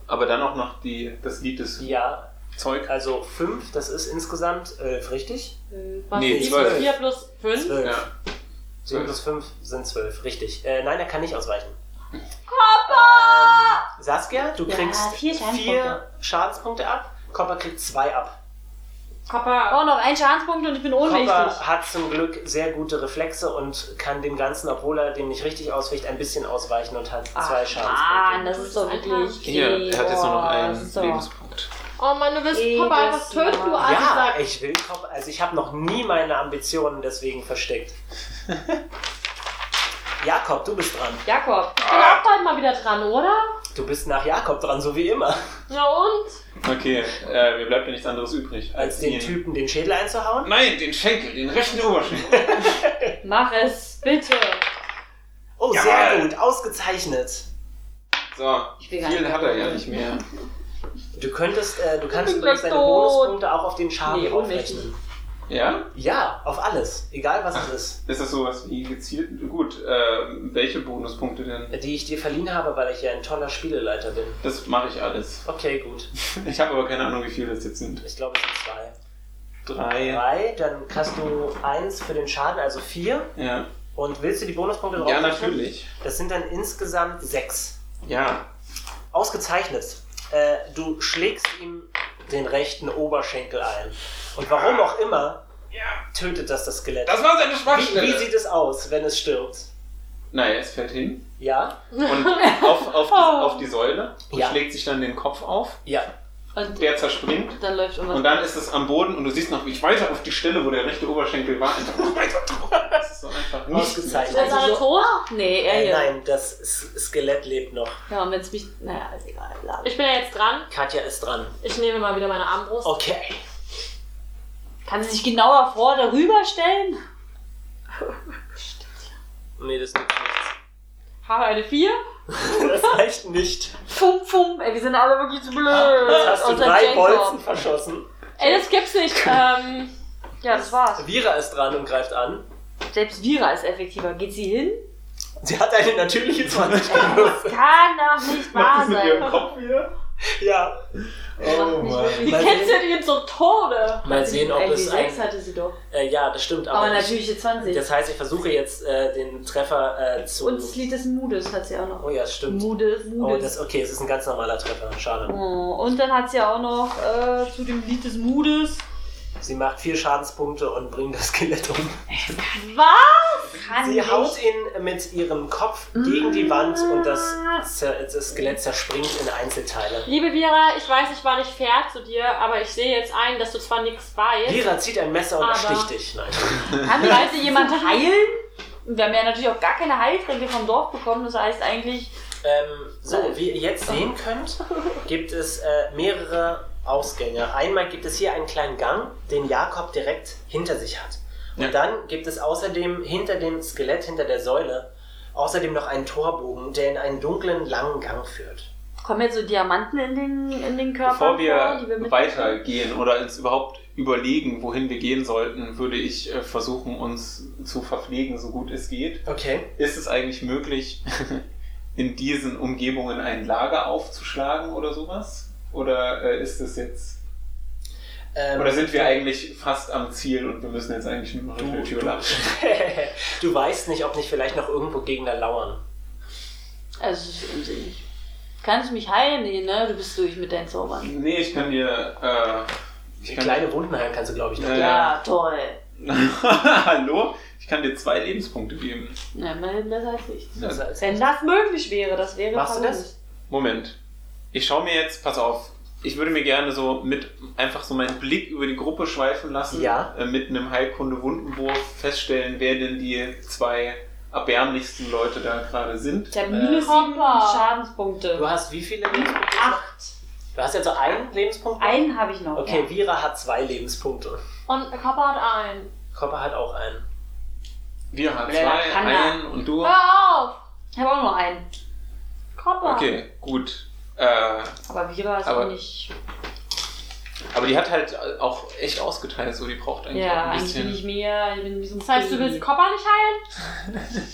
Aber dann auch noch die, das Lied des Ja, Zeug. also fünf. das ist insgesamt elf, richtig? Äh, Was? Nee, Sieben zwölf. plus vier plus fünf? Zwölf. Ja. Sieben Zwölf. plus fünf sind zwölf, richtig. Äh, nein, er kann nicht ausweichen. Ähm, Papa! Saskia, du Ja, kriegst vier vier Schadenspunkte. Schadenspunkte, ab. Copper kriegt zwei ab. Papa. Oh, noch ein Schadenspunkt und ich bin ohnmächtig. Copper hat zum Glück sehr gute Reflexe und kann dem Ganzen, obwohl er dem nicht richtig ausweicht, ein bisschen ausweichen und hat zwei Ah, Mann, Schadenspunkte. das ist doch Alter. wirklich. Hier, er hat jetzt nur noch Boah, einen das ist doch- Lebenspunkt. Oh Mann, du willst Ey, Papa das einfach töten, du war- Asi ja, sagst. ich will Copper. Also ich habe noch nie meine Ambitionen deswegen versteckt. Jakob, du bist dran. Jakob. Ich bin auch bald mal wieder dran, oder? Du bist nach Jakob dran, so wie immer. Ja und? Okay, äh, mir bleibt ja nichts anderes übrig. Als den ihn- Typen den Schädel einzuhauen. Nein, den Schenkel, den rechten Oberschenkel. Mach es, bitte. Oh, sehr Jawohl. gut, ausgezeichnet. So, Ich will viel gar nicht hat er ja mehr. nicht mehr. Du könntest, äh, du kannst Ich bin übrigens gleich deine tot. Bonuspunkte auch auf den Schaden Nee, ohnmächtig. aufrechnen. Ja? Ja, auf alles, egal was es ist. Ist das sowas wie gezielt? Gut, äh, welche Bonuspunkte denn? Die ich dir verliehen habe, weil ich ja ein toller Spieleleiter bin. Das mache ich alles. Okay, gut. Ich habe aber keine Ahnung, wie viel das jetzt sind. Ich glaube, es sind zwei. Drei. Drei, dann hast du eins für den Schaden, also vier. Ja, Und willst du die Bonuspunkte drauf? ja natürlich. Das sind dann insgesamt sechs. Ja. Ausgezeichnet. Äh, du schlägst ihm den rechten Oberschenkel ein. Und warum auch immer, Ja. tötet das das Skelett. Das war seine wie, wie Schwachstelle. sieht es aus, wenn es stirbt? Naja, es fällt hin Ja? und auf, auf, die, auf die Säule und Ja. schlägt sich dann den Kopf auf. Ja. Und Der zerspringt dann läuft irgendwas. Und dann ist es am Boden und du siehst noch, wie ich weiter auf die Stelle, wo der rechte Oberschenkel war, einfach noch weiter drauf. Das ist so einfach nicht. Ausgezeichnet. Ist Also alle so- tot? nee, er Äh, hier. nein, das S- Skelett lebt noch. Ja, und wenn es mich. Naja, ist egal. Bla. Ich bin ja jetzt dran. Katja ist dran. Ich nehme mal wieder meine Armbrust. Okay. Kann sie sich genauer vor darüber stellen? Nee, das gibt nichts. Habe eine vier. Das reicht nicht. Fum, fum. Ey, wir sind alle wirklich zu blöd. Ah, Jetzt hast du Außer drei Äh, Jacob. Bolzen verschossen. Ey, das gibt's nicht. Ähm, Ja, das war's. Vira ist dran und greift an. Selbst Vira ist effektiver. Geht sie hin? Sie hat eine natürliche 20 gewürfelt. Kann doch nicht wahr Macht das mit ihrem sein. Kopf wieder? Ja. Oh wie Mann. Mal kitzelt ihn zum Tode? Mal sehen, ob Ey, die es sechs ein... hatte sie doch. Äh, ja, das stimmt, aber... Aber natürlich die 20. Das heißt, ich versuche jetzt äh, den Treffer äh, zu... Und das Lied des Mudes hat sie auch noch. oh ja, stimmt. Mudes, Oh, Mudes. das, okay, es ist ein ganz normaler Treffer. Schade. Oh, und dann hat sie ja auch noch äh, zu dem Lied des Mudes. Sie macht vier Schadenspunkte und bringt das Skelett um. Was? Kann Sie ich- haut ihn mit ihrem Kopf gegen die Wand und das, zer- das Skelett zerspringt in Einzelteile. Liebe Vera, ich weiß, ich war nicht fair zu dir, aber ich sehe jetzt ein, dass du zwar nichts weißt. Lira zieht ein Messer und Aber- ersticht dich. Nein. Kann mir also jemand heilen? Wir haben ja natürlich auch gar keine Heiltränke vom Dorf bekommen. Das heißt eigentlich, Ähm, so, wie ihr jetzt sehen könnt, gibt es äh, mehrere Ausgänge. Einmal gibt es hier einen kleinen Gang, den Jakob direkt hinter sich hat. Und Ja. dann gibt es außerdem hinter dem Skelett, hinter der Säule, außerdem noch einen Torbogen, der in einen dunklen, langen Gang führt. Kommen jetzt so Diamanten in den, in den Körper Bevor vor, die wir wir mit weitergehen oder uns überhaupt überlegen, wohin wir gehen sollten, würde ich äh, versuchen, uns zu verpflegen, so gut es geht. Okay. Ist es eigentlich möglich, in diesen Umgebungen ein Lager aufzuschlagen oder sowas? Oder äh, ist es jetzt. Ähm, Oder sind wir eigentlich fast am Ziel und wir müssen jetzt eigentlich nur noch eine Du- Tür lachen? du weißt nicht, ob nicht vielleicht noch irgendwo Gegner lauern. Also, es ist unsinnig. Kannst du mich heilen? Nee, ne? Du bist durch mit deinen Zaubern. Nee, ich kann dir. Äh, ich kann Kleine Wunden heilen kannst du, glaube ich, noch. Ja. Ja, toll. Hallo? Ich kann dir zwei Lebenspunkte geben. Na, immerhin besser als nichts. Also, als- Wenn das möglich wäre, das wäre Machst du verrückt. Moment. Ich schaue mir jetzt, pass auf, ich würde mir gerne so mit, einfach so meinen Blick über die Gruppe schweifen lassen, Ja. äh, mit einem Heilkunde-Wundenwurf feststellen, wer denn die zwei erbärmlichsten Leute da gerade sind. Ich habe minus sieben Hoppa. Schadenspunkte. Äh, Du hast wie viele Lebenspunkte? Acht. Du hast jetzt so einen Lebenspunkt? noch? Einen habe ich noch. Okay, Ja. Vira hat zwei Lebenspunkte. Und Kappa hat einen. Kopper hat auch einen. Wir haben Wer zwei, kann da? einen und Oh. du. Hör auf! Ich habe auch nur einen. Kappa! Okay, gut. Äh, Aber Vira ist Aber- auch nicht. aber die hat halt auch echt ausgeteilt, so die braucht eigentlich Ja, auch ein eigentlich bin bisschen. ich mehr. Ich bin wie so ein Das heißt, du Baby. willst Kopper nicht heilen?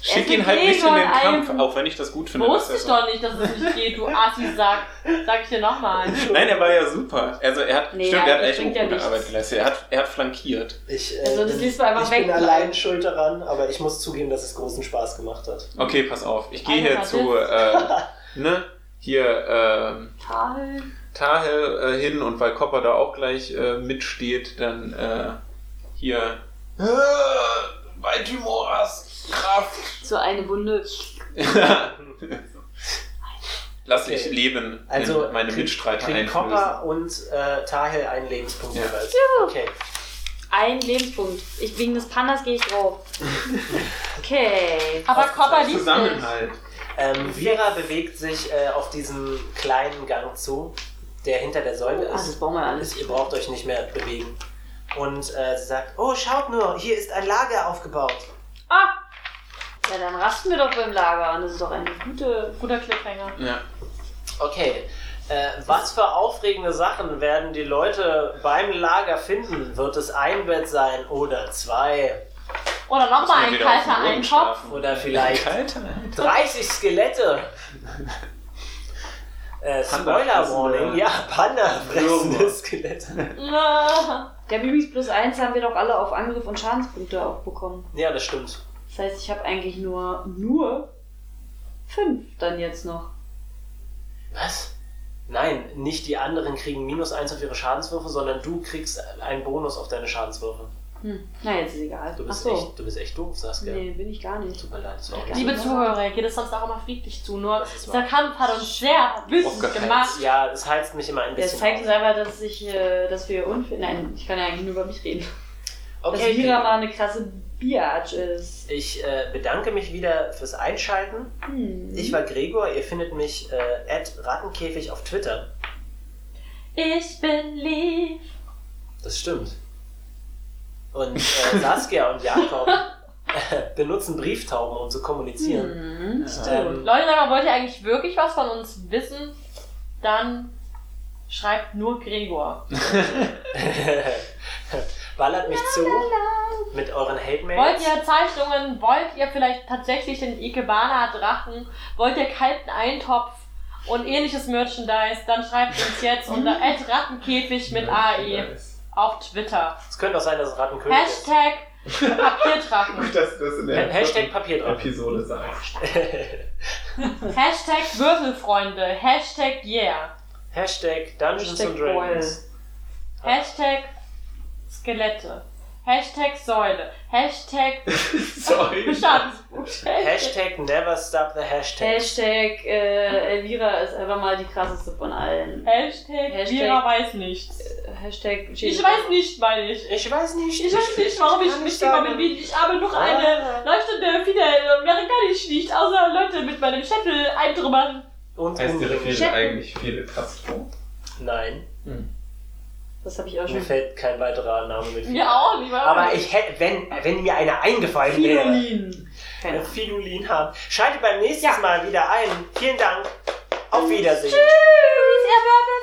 Schick Es ihn halt geht nicht in den nur Also ein- Kampf, auch wenn ich das gut finde. dass Wusste er ich so- doch nicht, dass es nicht geht, du Assi-Sack. Sag ich dir nochmal. Nein, er war ja super. Also er hat, Nee, stimmt, ja, er hat das echt bringt ja gute nichts. Arbeit geleistet. Er hat, er hat flankiert. Ich, äh, Also, das bin- liest du einfach ich weg. bin allein schuld daran, aber ich muss zugeben, dass es großen Spaß gemacht hat. Okay, Mhm. pass auf. Ich gehe Einer hier hat zu, äh, ne, hier, ähm, Tal. Tahel äh, hin und weil Kopper da auch gleich äh, mitsteht, dann äh, hier. Äh, bei Timoras Kraft. So eine Wunde. Lass Okay. ich leben, Also in meine krieg- Mitstreiter kriegen einflößen. Kopper und äh, Tahel einen Lebenspunkt Ja. jeweils. Okay. Ein Lebenspunkt. Ich, wegen des Pandas gehe ich drauf. Okay. Aber Kopper liebt dich. Zusammenhalt. Ähm, Vira bewegt sich äh, auf diesen kleinen Gang zu, der hinter der Säule Ah, das ist. brauchen wir alles. ist. Ihr braucht euch nicht mehr bewegen. Und äh, sie sagt, oh, schaut nur, hier ist ein Lager aufgebaut. Ah! Ja, dann rasten wir doch beim Lager an. Das ist doch eine gute. Guter Cliffhanger. Ja. Okay. Äh, was für aufregende Sachen werden die Leute beim Lager finden? Wird es ein Bett sein oder zwei? Oder Müssen wir nochmal ein wieder auf dem kalter Boden Eintopf. schlafen. Oder vielleicht- Kalter Eintopf. 30 Skelette! Äh, Panda Spoiler fressende- Warning, ja, Panda fressende Würmer. Skelette. Na. Der Bibis plus 1 haben wir doch alle auf Angriff und Schadenspunkte auch bekommen. Ja, das stimmt. Das heißt, ich habe eigentlich nur. Nur? Fünf dann jetzt noch. Was? Nein, nicht die anderen kriegen minus eins auf ihre Schadenswürfe, sondern du kriegst einen Bonus auf deine Schadenswürfe. Hm. Na, jetzt ist egal. Du bist, Ach so. echt, du bist echt doof, Saskia. Nee, bin ich gar nicht. Tut mir leid, sorry. Egal. Liebe genau. Zuhörer, jedes Samstag immer fliegt dich zu. Nur Das ist dieser wahr. Kampf hat uns sehr wütend Aufgeheizt. gemacht. Ja, das heizt mich immer ein Das bisschen. zeigt uns auf. einfach, dass ich, äh, dass wir unfair. Nein, ich kann ja eigentlich nur über mich reden. Okay, Dass Vira mal eine krasse Biatch ist. ich äh, bedanke mich wieder fürs Einschalten. Hm. Ich war Gregor, ihr findet mich äh, at Rattenkäfig auf Twitter. Ich bin lieb. Das stimmt. Und äh, Saskia und Jakob äh, benutzen Brieftauben, um zu kommunizieren. Hm. Ähm, Leute, sag mal, wollt ihr eigentlich wirklich was von uns wissen? Dann schreibt nur Gregor. Ballert mich zu mit euren Hate-Mails. Wollt ihr Zeichnungen? Wollt ihr vielleicht tatsächlich den Ikebana-Drachen? Wollt ihr kalten Eintopf und ähnliches Merchandise? Dann schreibt uns jetzt unter rattenkäfig mit AE E. auf Twitter. Es könnte auch sein, dass es Rattenkönig ist. Hashtag Papierdrachen. Gut, dass du das in der Hashtag Papier drauf. Episode sagst. Hashtag Würfelfreunde. Hashtag yeah. Hashtag Dungeons Hashtag and Dragons. Hashtag Skelette. Hashtag Säule. Hashtag Sorry. Schadensbuch. Hashtag Never Stop the Hashtag. Hashtag äh, Elvira ist einfach mal die krasseste von allen. Hashtag, Hashtag- Vera weiß nichts. Hashtag Ich weiß nicht, meine ich. Ich weiß nicht. Ich weiß nicht, Ah. warum ich mich immer damit bewege. Ich habe noch eine leuchtende Fidel und wäre gar nicht nicht, außer Leute mit meinem Scheffel eintrümmern. Und Heißt der umbringen. Film eigentlich viele Castro? Nein. Das habe ich auch Mir schon. fällt kein weiterer Name mit. Mir auch nicht, warum Aber nicht? ich hätte, wenn, wenn mir einer eingefallen wäre. Fridolin. Keine Äh, Ahnung. Fridolin haben. Schaltet beim nächsten Ja. Mal wieder ein. Vielen Dank. Auf Wiedersehen. Tschüss, ihr Würfel!